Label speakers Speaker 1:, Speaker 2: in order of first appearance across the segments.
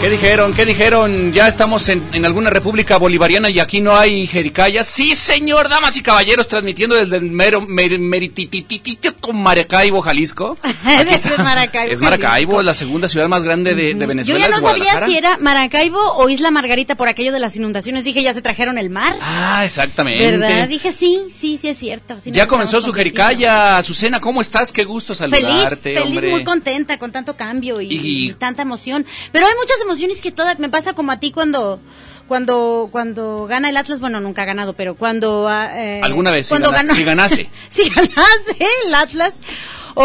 Speaker 1: ¿Qué dijeron? ¿Qué dijeron? Ya estamos en, en alguna república bolivariana y aquí no hay jericaya. Sí, señor, damas y caballeros, transmitiendo desde el mero mer- merititititito Maracaibo, Jalisco.
Speaker 2: Desde Maracaibo,
Speaker 1: Es Maracaibo, la segunda ciudad más grande de, de
Speaker 2: Yo
Speaker 1: Venezuela.
Speaker 2: ya no
Speaker 1: es
Speaker 2: sabía
Speaker 1: Guadalajara.
Speaker 2: si era Maracaibo o Isla Margarita por aquello de las inundaciones. Dije, ya se trajeron el mar.
Speaker 1: Ah, exactamente.
Speaker 2: ¿Verdad? Dije, sí, sí, sí es cierto. sí nos
Speaker 1: Ya comenzó
Speaker 2: estamos
Speaker 1: su
Speaker 2: confundiendo.
Speaker 1: jericaya. Azucena, ¿cómo estás? Qué gusto
Speaker 2: Feliz,
Speaker 1: saludarte,
Speaker 2: feliz,
Speaker 1: hombre.
Speaker 2: muy contenta con tanto cambio y,
Speaker 1: Y-
Speaker 2: y tanta emoción. Pero hay muchas emociones que todas me pasa como a ti cuando cuando cuando gana el Atlas, bueno, nunca ha ganado, pero cuando ah, eh,
Speaker 1: Alguna vez, si
Speaker 2: cuando
Speaker 1: gana-
Speaker 2: ganó-
Speaker 1: si ganase.
Speaker 2: si ganase el Atlas o,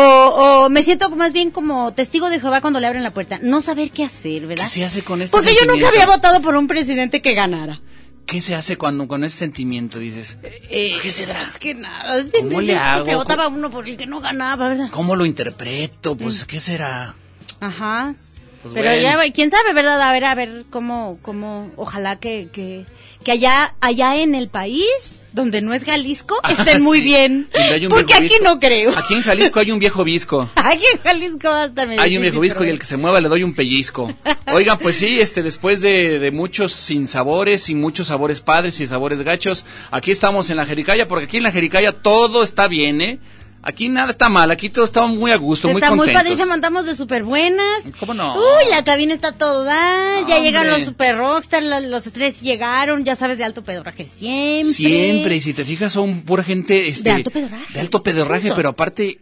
Speaker 2: o me siento más bien como testigo de Jehová cuando le abren la puerta, no saber qué hacer, ¿verdad?
Speaker 1: ¿Qué se hace con este
Speaker 2: Porque yo nunca
Speaker 1: sentimiento?
Speaker 2: había votado por un presidente que ganara.
Speaker 1: ¿Qué se hace cuando con ese sentimiento dices? ¿Qué será?
Speaker 2: Es que nada, es
Speaker 1: Eh, ¿Cómo le
Speaker 2: que
Speaker 1: hago?
Speaker 2: votaba uno por el que no ganaba, ¿verdad?
Speaker 1: ¿Cómo lo interpreto? Pues,
Speaker 2: Mm.
Speaker 1: ¿qué será?
Speaker 2: Ajá.
Speaker 1: Pues
Speaker 2: Pero
Speaker 1: bueno.
Speaker 2: ya, güey, quién sabe, ¿verdad? A ver, a ver cómo, cómo, ojalá que, que, que allá, allá en el país, donde no es Jalisco, estén
Speaker 1: Ah, Sí.
Speaker 2: muy bien.
Speaker 1: Donde hay un
Speaker 2: Porque
Speaker 1: viejo
Speaker 2: aquí
Speaker 1: visco.
Speaker 2: no creo.
Speaker 1: Aquí en Jalisco hay un viejo visco.
Speaker 2: Aquí en Jalisco hasta me
Speaker 1: Hay
Speaker 2: dicen
Speaker 1: un viejo visco y el que se mueva le doy un pellizco. Oigan, pues sí, este, después de, de muchos sinsabores y muchos sabores padres y sabores gachos, aquí estamos en la Jericaya, porque aquí en la Jericaya todo está bien, ¿eh? Aquí nada está mal, aquí todo está muy a gusto, muy
Speaker 2: Está muy
Speaker 1: contentos.
Speaker 2: padrísimo, andamos de súper buenas.
Speaker 1: ¿Cómo no?
Speaker 2: Uy, la cabina está todo dar. Ya
Speaker 1: Hombre.
Speaker 2: llegaron los super rockstar, la- los tres llegaron, ya sabes, de alto pedorraje siempre.
Speaker 1: Siempre, y si te fijas, son pura gente este,
Speaker 2: De alto pedorraje.
Speaker 1: de alto pedorraje,
Speaker 2: Punto.
Speaker 1: pero aparte,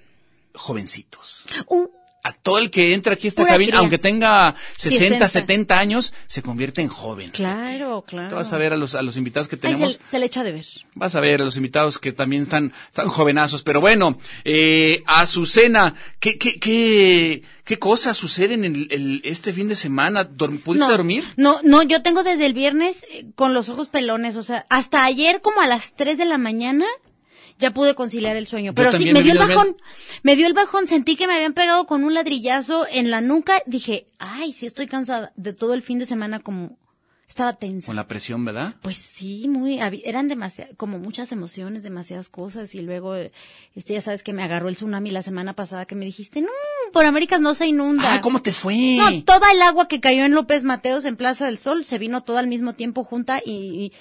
Speaker 1: jovencitos.
Speaker 2: Uh,
Speaker 1: A todo el que entra aquí a esta
Speaker 2: Pura
Speaker 1: cabina,
Speaker 2: cría.
Speaker 1: aunque tenga
Speaker 2: 60.
Speaker 1: 60, 70 años, se convierte en joven.
Speaker 2: claro, claro.
Speaker 1: Te vas a ver a los, a los invitados que
Speaker 2: Ah. Ay,
Speaker 1: tenemos.
Speaker 2: se, se le echa de ver.
Speaker 1: Vas a ver a los invitados que también están, están jovenazos. Pero bueno, eh, Azucena, ¿qué, qué, qué, qué cosas suceden en el, el- este fin de semana? Dorm- ¿Pudiste
Speaker 2: no,
Speaker 1: dormir?
Speaker 2: No, no, yo tengo desde el viernes eh, con los ojos pelones, o sea, hasta ayer como a las 3 de la mañana ya pude conciliar el sueño,
Speaker 1: Yo
Speaker 2: pero sí,
Speaker 1: también
Speaker 2: me
Speaker 1: me
Speaker 2: dio el
Speaker 1: vine a
Speaker 2: bajón, me dio el bajón, sentí que me habían pegado con un ladrillazo en la nuca, dije, ay, sí estoy cansada de todo el fin de semana como estaba tensa.
Speaker 1: Con la presión, ¿verdad?
Speaker 2: Pues sí, muy, habi- eran demasiadas, como muchas emociones, demasiadas cosas y luego, eh, este, ya sabes que me agarró el tsunami la semana pasada que me dijiste, no, por Américas no se inunda.
Speaker 1: Ah, ¿cómo te fue?
Speaker 2: No, toda el agua que cayó en López Mateos en Plaza del Sol se vino toda al mismo tiempo junta y, y,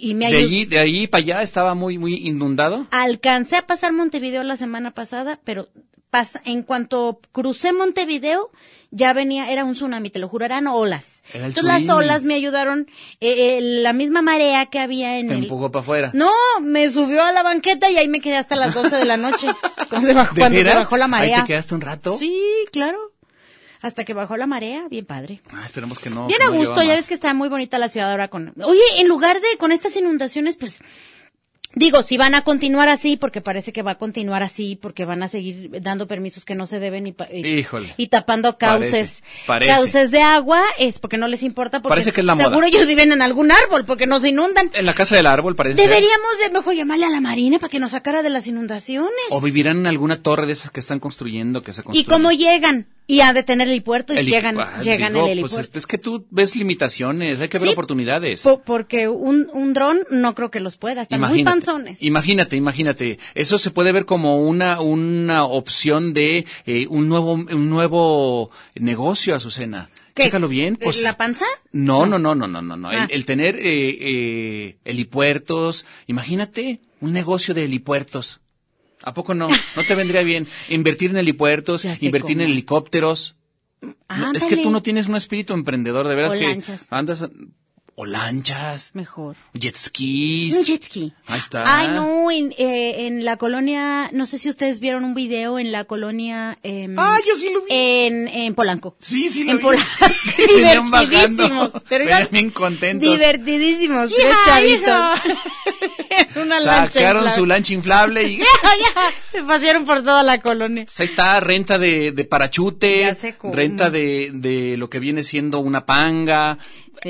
Speaker 2: y- y me
Speaker 1: de
Speaker 2: ayudó.
Speaker 1: allí, de allí para allá estaba muy, muy inundado.
Speaker 2: Alcancé a pasar Montevideo la semana pasada, pero pas- en cuanto crucé Montevideo, ya venía, era un tsunami, te lo juro, eran olas.
Speaker 1: Era el
Speaker 2: Entonces las
Speaker 1: tsunami.
Speaker 2: olas me ayudaron, eh, eh, la misma marea que había en
Speaker 1: Te
Speaker 2: el...
Speaker 1: empujó para afuera.
Speaker 2: No, me subió a la banqueta y ahí me quedé hasta las 12 de la noche, cuando se bajó,
Speaker 1: ¿De
Speaker 2: cuando se
Speaker 1: veras?
Speaker 2: bajó la marea.
Speaker 1: ¿Ahí te quedaste un rato?
Speaker 2: Sí, claro. Hasta que bajó la marea, bien padre.
Speaker 1: Ah, esperemos que no.
Speaker 2: Bien
Speaker 1: que
Speaker 2: a
Speaker 1: no
Speaker 2: gusto,
Speaker 1: llueva
Speaker 2: ya
Speaker 1: más.
Speaker 2: ves que está muy bonita la ciudad ahora con... Oye, en lugar de con estas inundaciones, pues digo, si van a continuar así, porque parece que va a continuar así, porque van a seguir dando permisos que no se deben y, pa- y,
Speaker 1: Híjole.
Speaker 2: y tapando cauces,
Speaker 1: Parece, parece.
Speaker 2: cauces de agua, es porque no les importa, porque
Speaker 1: Parece que es la moda.
Speaker 2: seguro ellos viven en algún árbol, porque no se inundan.
Speaker 1: En la casa del árbol parece. ser.
Speaker 2: Deberíamos de mejor llamarle a la Marina para que nos sacara de las inundaciones.
Speaker 1: O vivirán en alguna torre de esas que están construyendo, que se
Speaker 2: ¿Y
Speaker 1: construyen.
Speaker 2: cómo llegan? Y a detener el puerto y
Speaker 1: Heli-
Speaker 2: llegan,
Speaker 1: Ah,
Speaker 2: llegan
Speaker 1: digo,
Speaker 2: el
Speaker 1: pues,
Speaker 2: helipuerto.
Speaker 1: es que tú ves limitaciones, hay que ver
Speaker 2: Sí.
Speaker 1: oportunidades.
Speaker 2: Po- porque un, un dron no creo que los pueda, están muy panzones.
Speaker 1: Imagínate, imagínate. Eso se puede ver como una, una opción de eh, un nuevo, un nuevo negocio, Azucena.
Speaker 2: ¿Qué?
Speaker 1: Chécalo bien,
Speaker 2: ¿Eh,
Speaker 1: pues.
Speaker 2: ¿La panza?
Speaker 1: No, no, no, no, no, no, no.
Speaker 2: Ah.
Speaker 1: El, el tener eh, eh, helipuertos, imagínate un negocio de helipuertos. ¿A poco no? No te vendría bien invertir en helipuertos,
Speaker 2: Ya sé
Speaker 1: invertir en
Speaker 2: cómo.
Speaker 1: helicópteros. No, es que
Speaker 2: Ándale.
Speaker 1: tú no tienes un espíritu emprendedor, de veras
Speaker 2: O
Speaker 1: que
Speaker 2: lanchas.
Speaker 1: andas a- o lanchas,
Speaker 2: Mejor.
Speaker 1: jet skis.
Speaker 2: Un jet ski.
Speaker 1: Ahí está.
Speaker 2: Ay, no, en, eh, en la colonia, no sé si ustedes vieron un video en la colonia. em,
Speaker 1: Ah, yo sí lo vi.
Speaker 2: En, en Polanco.
Speaker 1: Sí, sí, lo
Speaker 2: En
Speaker 1: vi.
Speaker 2: Polanco.
Speaker 1: Venían
Speaker 2: divertidísimos.
Speaker 1: bajando.
Speaker 2: Pero
Speaker 1: Venían
Speaker 2: eran
Speaker 1: bien contentos.
Speaker 2: Divertidísimos. tres
Speaker 1: hija!
Speaker 2: chavitos. En una lancha
Speaker 1: Sacaron
Speaker 2: inflable.
Speaker 1: su lancha inflable y
Speaker 2: Se pasearon por toda la colonia.
Speaker 1: Pues ahí está, renta de, de parachute,
Speaker 2: Ya sé cómo.
Speaker 1: renta de, de lo que viene siendo una panga.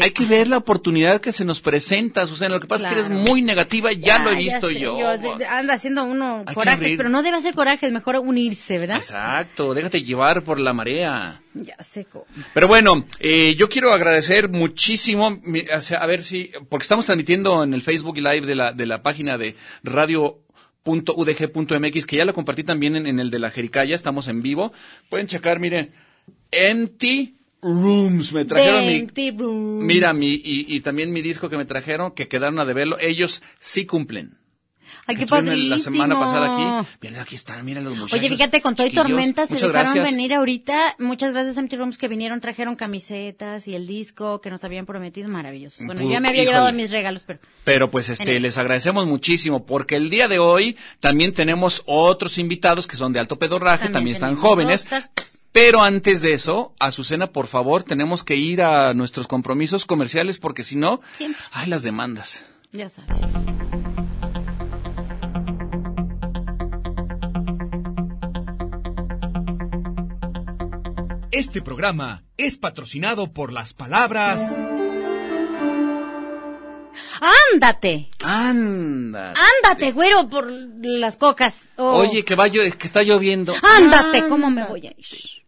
Speaker 1: Hay que ver la oportunidad que se nos presenta, Susana. Lo que pasa es que
Speaker 2: Claro.
Speaker 1: eres muy negativa, ya, lo he visto
Speaker 2: Ah, sé,
Speaker 1: yo.
Speaker 2: de- de- Anda haciendo uno
Speaker 1: Hay que
Speaker 2: corajes,
Speaker 1: abrir.
Speaker 2: pero no debe hacer corajes, mejor unirse, ¿verdad?
Speaker 1: Exacto, déjate llevar por la marea.
Speaker 2: Ya sé cómo.
Speaker 1: Pero bueno, eh, yo quiero agradecer muchísimo, mi- o sea, a ver si, porque estamos transmitiendo en el Facebook Live de la, de la página de radio .udg.mx, que ya lo compartí también en, en el de la Jericaya, estamos en vivo. Pueden checar, miren, Enti Rooms. Me trajeron mi,
Speaker 2: Empty Rooms.
Speaker 1: Mira, mi, y, y también mi disco que me trajeron, que quedaron a deberlo, ellos sí cumplen.
Speaker 2: Ay, qué
Speaker 1: Estuvieron el-
Speaker 2: padrísimo.
Speaker 1: La semana pasada aquí. Miren, aquí están, miren los muchachos.
Speaker 2: Oye, fíjate, con todo y
Speaker 1: chiquillos.
Speaker 2: tormenta se
Speaker 1: Muchas
Speaker 2: dejaron
Speaker 1: gracias.
Speaker 2: venir ahorita. Muchas gracias a Empty Rooms que vinieron, trajeron camisetas y el disco que nos habían prometido. Maravilloso. Bueno,
Speaker 1: Pudo-
Speaker 2: yo ya me había
Speaker 1: híjole.
Speaker 2: llevado mis regalos, pero...
Speaker 1: Pero pues este,
Speaker 2: Bueno.
Speaker 1: les agradecemos muchísimo porque el día de hoy también tenemos otros invitados que son de alto pedorraje, también, están
Speaker 2: tenemos
Speaker 1: jóvenes.
Speaker 2: rockstars.
Speaker 1: Pero antes de eso, Azucena, por favor, tenemos que ir a nuestros compromisos comerciales porque si no,
Speaker 2: Siempre.
Speaker 1: ay, las demandas.
Speaker 2: Ya sabes.
Speaker 3: Este programa es patrocinado por las palabras.
Speaker 2: ¡Ándate!
Speaker 1: Anda.
Speaker 2: ¡Ándate, güero, por las cocas! Ah, Oh. Ah.
Speaker 1: Oye, que va llo- que está lloviendo.
Speaker 2: ¡Ándate! ¿Cómo me voy a ir?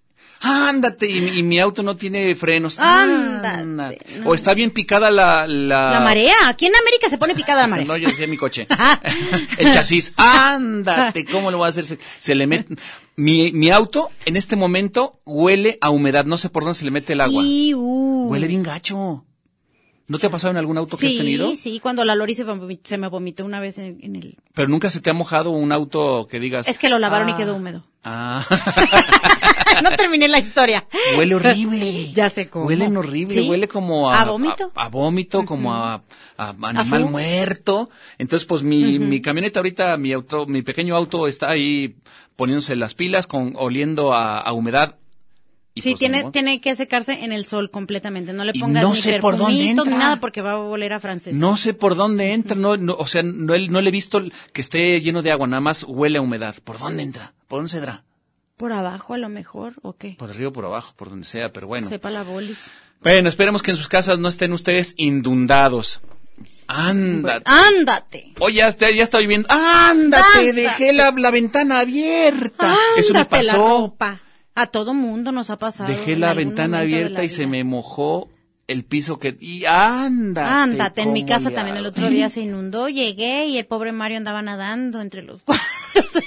Speaker 1: Ándate, y, y mi auto no tiene frenos.
Speaker 2: Ándate, no.
Speaker 1: O está bien picada la... La,
Speaker 2: La marea. Aquí en América se pone picada la marea.
Speaker 1: Ah. No, yo decía mi coche.
Speaker 2: Ah.
Speaker 1: El chasis. Ándate, ¿cómo lo va a hacer? Se, se le mete... Mi, mi auto en este momento huele a humedad. No sé por dónde se le mete el agua.
Speaker 2: Y, uh.
Speaker 1: Huele bien gacho. ¿No te ha pasado en algún auto que has tenido?
Speaker 2: Sí, sí, cuando la Lori se, vom- se me vomitó una vez en, en el...
Speaker 1: Pero nunca se te ha mojado un auto que digas...
Speaker 2: Es que lo lavaron y
Speaker 1: "Ah,
Speaker 2: quedó húmedo.
Speaker 1: Ah.
Speaker 2: no terminé la historia.
Speaker 1: Huele horrible.
Speaker 2: Ya sé cómo.
Speaker 1: Huelen horrible,
Speaker 2: Sí.
Speaker 1: huele como a...
Speaker 2: ¿A vómito?
Speaker 1: A, a vómito, como a, a animal
Speaker 2: fumo.
Speaker 1: muerto. Entonces, pues mi, mi camioneta ahorita, mi auto, mi pequeño auto está ahí poniéndose las pilas, con oliendo a, a humedad. Y
Speaker 2: Sí,
Speaker 1: pues, ni
Speaker 2: tiene,
Speaker 1: modo.
Speaker 2: tiene que secarse en el sol completamente. No le
Speaker 1: Y
Speaker 2: pongas
Speaker 1: no
Speaker 2: ni
Speaker 1: sé por dónde
Speaker 2: perfumitos ni
Speaker 1: entra.
Speaker 2: nada porque va a oler a francés.
Speaker 1: No sé por dónde entra, no, no, o sea, no, he- no le he visto que esté lleno de agua, nada más huele a humedad. ¿Por dónde entra? ¿Por dónde se entra?
Speaker 2: Por abajo a lo mejor, ¿o qué?
Speaker 1: Por arriba, por abajo, por donde sea, pero Pues, bueno.
Speaker 2: Sepa la bolis.
Speaker 1: Bueno, esperemos que en sus casas no estén ustedes inundados. Anda,
Speaker 2: ¡Ándate!
Speaker 1: Oye, ya, está- ya estoy viendo. ¡Ándate!
Speaker 2: Ándate.
Speaker 1: Dejé la, la ventana abierta. Eso me
Speaker 2: Ándate la
Speaker 1: pasó.
Speaker 2: ropa. A todo mundo nos ha pasado.
Speaker 1: Dejé
Speaker 2: en
Speaker 1: la
Speaker 2: algún
Speaker 1: ventana
Speaker 2: momento de
Speaker 1: abierta
Speaker 2: la
Speaker 1: y se
Speaker 2: vida.
Speaker 1: me mojó el piso que. ¡Y ándate!
Speaker 2: Ándate, en mi
Speaker 1: cómo
Speaker 2: casa
Speaker 1: le
Speaker 2: también el
Speaker 1: hago.
Speaker 2: otro día se inundó, llegué y el pobre Mario andaba nadando entre los cuadros,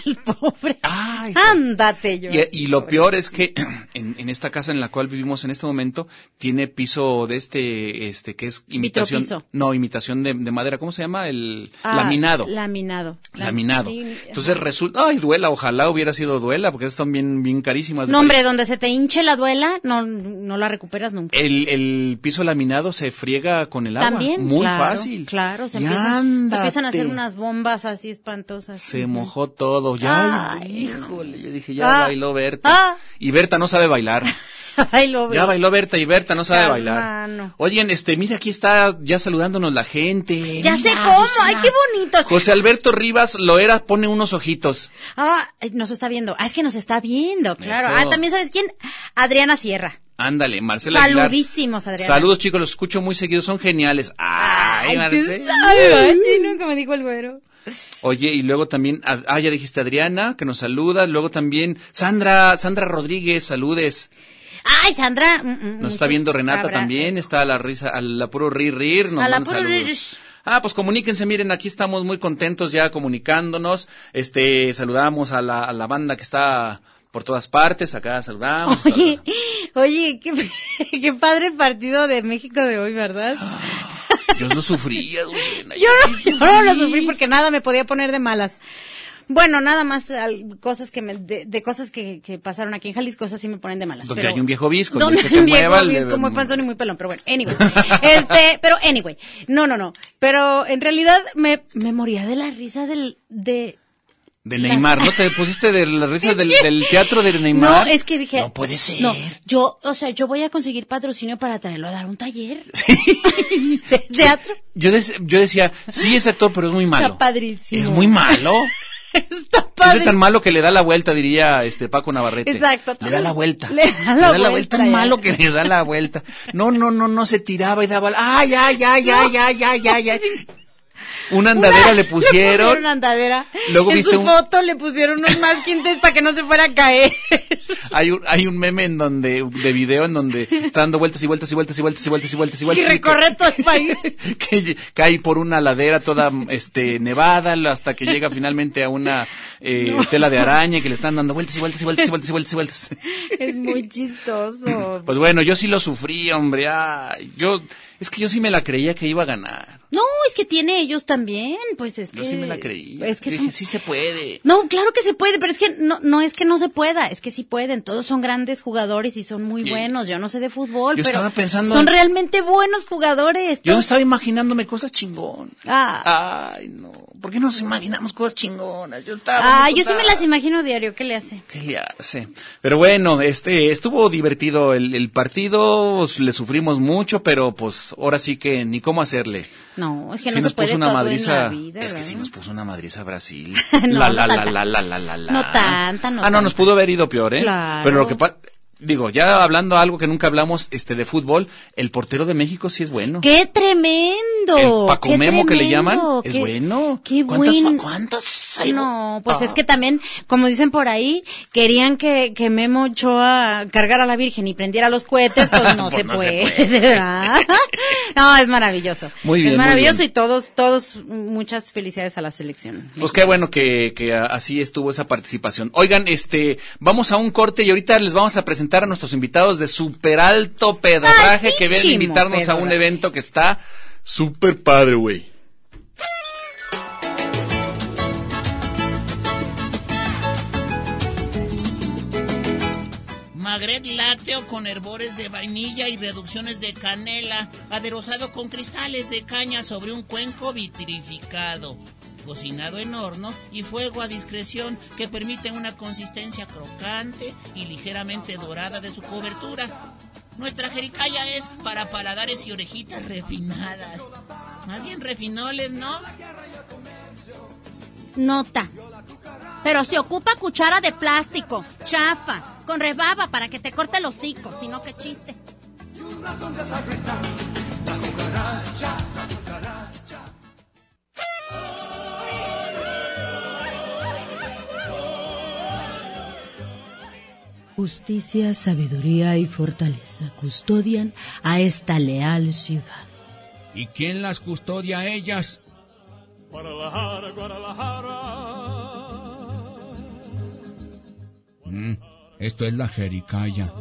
Speaker 2: el pobre.
Speaker 1: Ay,
Speaker 2: Ándate yo.
Speaker 1: Y, y lo peor es que en, en esta casa en la cual vivimos en este momento tiene piso de este, este que es imitación,
Speaker 2: Vitropiso.
Speaker 1: no imitación de, de madera, ¿cómo se llama? El
Speaker 2: Ah,
Speaker 1: laminado.
Speaker 2: Laminado.
Speaker 1: laminado.
Speaker 2: Sí,
Speaker 1: Entonces resulta, ay, duela, ojalá hubiera sido duela, porque esas están bien, bien carísimas. de
Speaker 2: No, hombre,
Speaker 1: París.
Speaker 2: donde se te hinche la duela, no, no la recuperas nunca.
Speaker 1: El, el piso laminado se friega con el agua.
Speaker 2: También.
Speaker 1: Muy
Speaker 2: claro,
Speaker 1: fácil.
Speaker 2: Claro, se
Speaker 1: Y
Speaker 2: empiezan, se
Speaker 1: ándate.
Speaker 2: empiezan a hacer unas bombas así espantosas.
Speaker 1: Se mojó todo. Ya,
Speaker 2: Ay.
Speaker 1: híjole. Yo dije, ya
Speaker 2: Ah.
Speaker 1: bailó Berta.
Speaker 2: Ah.
Speaker 1: Y Berta no sabe bailar.
Speaker 2: Ay, lo
Speaker 1: Ya
Speaker 2: veo.
Speaker 1: bailó Berta y Berta no sabe
Speaker 2: Ya,
Speaker 1: bailar.
Speaker 2: mano.
Speaker 1: Oigan, este, mira, aquí está ya saludándonos la gente.
Speaker 2: Ya
Speaker 1: Mira,
Speaker 2: sé cómo,
Speaker 1: Rosana.
Speaker 2: ay, qué bonitos.
Speaker 1: Ah, José Alberto Rivas Loera pone unos ojitos.
Speaker 2: Ah, ay, nos está viendo. Ah, es que nos está viendo, claro.
Speaker 1: Eso.
Speaker 2: Ah, también sabes quién? Adriana Sierra.
Speaker 1: Ándale, Marcela Aguilar.
Speaker 2: Saludísimos, Adriana.
Speaker 1: Saludos, chicos, los escucho muy seguidos, son geniales. Ay,
Speaker 2: qué ¿eh?
Speaker 1: Marcela.
Speaker 2: sabes, sí, ¿no? Como dijo el güero.
Speaker 1: Oye, y luego también, ah, ah, ya dijiste Adriana, que nos saluda, luego también Sandra, Sandra Rodríguez, saludes.
Speaker 2: Ay, Sandra. mm, mm,
Speaker 1: Nos
Speaker 2: muchos
Speaker 1: está viendo Renata
Speaker 2: abra-
Speaker 1: también, está a la risa, a la puro rir rir, nos
Speaker 2: A la
Speaker 1: manda
Speaker 2: puro
Speaker 1: saludos.
Speaker 2: rir.
Speaker 1: Ah, pues comuníquense, miren, aquí estamos muy contentos ya comunicándonos. Este, saludamos a la, a la banda que está por todas partes, acá saludamos.
Speaker 2: Oye, oye, qué, qué padre partido de México de hoy, ¿verdad?
Speaker 1: Yo lo sufría, Dulcena,
Speaker 2: Yo no, yo no lo
Speaker 1: sufrí.
Speaker 2: sufrí porque nada me podía poner de malas. Bueno, nada más al- cosas que me, de, de cosas que, que pasaron aquí en Jalisco, cosas sí me ponen de malas.
Speaker 1: Donde
Speaker 2: pero-
Speaker 1: hay un viejo visco,
Speaker 2: donde
Speaker 1: y el que
Speaker 2: hay un
Speaker 1: se
Speaker 2: viejo
Speaker 1: mueva, le-
Speaker 2: visco muy panzón y muy pelón, pero bueno, anyway. este, pero anyway, no, no, no. Pero en realidad me, me moría de la risa del, de,
Speaker 1: De Neymar, ¿no? Te pusiste de la risa del, del teatro de
Speaker 2: no,
Speaker 1: Neymar.
Speaker 2: es que dije.
Speaker 1: No puede ser.
Speaker 2: No, yo, o sea, yo voy a conseguir patrocinio para traerlo a dar un taller. de teatro.
Speaker 1: Yo, dec- yo decía, sí es actor, pero es muy malo.
Speaker 2: padrísimo.
Speaker 1: Es muy malo.
Speaker 2: Está
Speaker 1: Es de
Speaker 2: padre.
Speaker 1: tan malo que le da la vuelta, diría este Paco Navarrete.
Speaker 2: Exacto.
Speaker 1: Le da la vuelta.
Speaker 2: Le da la vuelta,
Speaker 1: Tan
Speaker 2: ya.
Speaker 1: malo que le da la vuelta. No, no, no, no se tiraba y daba. la- Ay, ay, ay, ay, ay, ay, ay, ay. Una andadera le
Speaker 2: Le pusieron
Speaker 1: pusieron.
Speaker 2: andadera.
Speaker 1: Luego
Speaker 2: en
Speaker 1: viste
Speaker 2: su
Speaker 1: un-
Speaker 2: foto le pusieron unos más quintes para que no se fuera a caer.
Speaker 1: Hay un, hay un meme en donde, de video en donde está dando vueltas y vueltas y vueltas y vueltas y vueltas y vueltas y
Speaker 2: y
Speaker 1: vueltas.
Speaker 2: recorre todo el país.
Speaker 1: que cae por una ladera toda este nevada hasta que llega finalmente a una eh, tela de araña y que le están dando vueltas y vueltas y vueltas y vueltas y vueltas y vueltas.
Speaker 2: es muy chistoso.
Speaker 1: Pues bueno, yo sí lo sufrí, hombre. Ay, yo es que yo sí me la creía que iba a ganar.
Speaker 2: No, es que tiene ellos también, pues es
Speaker 1: Yo
Speaker 2: que...
Speaker 1: sí me la creí.
Speaker 2: Es que
Speaker 1: Dije,
Speaker 2: son-
Speaker 1: sí se puede.
Speaker 2: No, claro que se puede, pero es que no, no es que no se pueda, es que sí pueden. Todos son grandes jugadores y son muy
Speaker 1: Sí.
Speaker 2: buenos. Yo no sé de fútbol,
Speaker 1: Yo
Speaker 2: pero
Speaker 1: estaba pensando
Speaker 2: son
Speaker 1: en-
Speaker 2: realmente buenos jugadores.
Speaker 1: Yo
Speaker 2: Todos-
Speaker 1: estaba imaginándome cosas chingón.
Speaker 2: Ah.
Speaker 1: Ay, no. ¿Por qué nos imaginamos cosas chingonas? Yo estaba.
Speaker 2: Ah,
Speaker 1: muy
Speaker 2: yo sí me
Speaker 1: tocada.
Speaker 2: las imagino diario, ¿qué le hace?
Speaker 1: ¿Qué le hace? Pero bueno, este, estuvo divertido el, el partido, s- le sufrimos mucho, pero pues ahora sí que ni cómo hacerle.
Speaker 2: No, es que
Speaker 1: Sí
Speaker 2: no se puede todo en la
Speaker 1: madriza,
Speaker 2: vida,
Speaker 1: es que sí
Speaker 2: ¿verdad?
Speaker 1: nos puso una madriza Brasil.
Speaker 2: No,
Speaker 1: la,
Speaker 2: no
Speaker 1: la, la,
Speaker 2: tanta.
Speaker 1: la, la, la, la, la.
Speaker 2: No tanta, no
Speaker 1: Ah, no, nos
Speaker 2: tanta.
Speaker 1: pudo haber ido peor, ¿eh?
Speaker 2: Claro.
Speaker 1: Pero lo que pasa, digo, ya hablando algo que nunca hablamos, este, de fútbol, el portero de México sí es bueno.
Speaker 2: ¡Qué tremendo!
Speaker 1: El Paco
Speaker 2: ¡Qué
Speaker 1: Memo que le
Speaker 2: tremendo!
Speaker 1: llaman, es
Speaker 2: ¡Qué-
Speaker 1: bueno.
Speaker 2: ¡Qué
Speaker 1: ¿Cuántos-
Speaker 2: buen-
Speaker 1: cuántos?
Speaker 2: No, pues
Speaker 1: Ah.
Speaker 2: es que también, como dicen por ahí, querían que, que Memo Ochoa cargara a la Virgen y prendiera los cohetes, pues no,
Speaker 1: Pues
Speaker 2: se,
Speaker 1: no se
Speaker 2: puede,
Speaker 1: puede.
Speaker 2: ¿verdad? No, es maravilloso.
Speaker 1: Muy bien,
Speaker 2: Es
Speaker 1: muy
Speaker 2: maravilloso
Speaker 1: bien.
Speaker 2: y todos, todos, muchas felicidades a la selección.
Speaker 1: Pues qué bueno que, que a- así estuvo esa participación. Oigan, este, vamos a un corte y ahorita les vamos a presentar a nuestros invitados de super alto pedoraje que vienen a
Speaker 2: Altísimo
Speaker 1: invitarnos a un
Speaker 2: pedoraje.
Speaker 1: evento que está super padre, güey.
Speaker 4: Magret lácteo con herbores de vainilla y reducciones de canela, aderezado con cristales de caña sobre un cuenco vitrificado, cocinado en horno y fuego a discreción que permiten una consistencia crocante y ligeramente dorada de su cobertura. Nuestra jericaya es para paladares y orejitas refinadas. Más bien refinoles, ¿no?
Speaker 5: Nota. Pero se ocupa cuchara de plástico, chafa, con rebaba para que te corte el hocico, sino que chiste.
Speaker 6: Justicia, sabiduría y fortaleza custodian a esta leal ciudad.
Speaker 7: ¿Y quién las custodia a ellas? Mm, esto es la jericaya.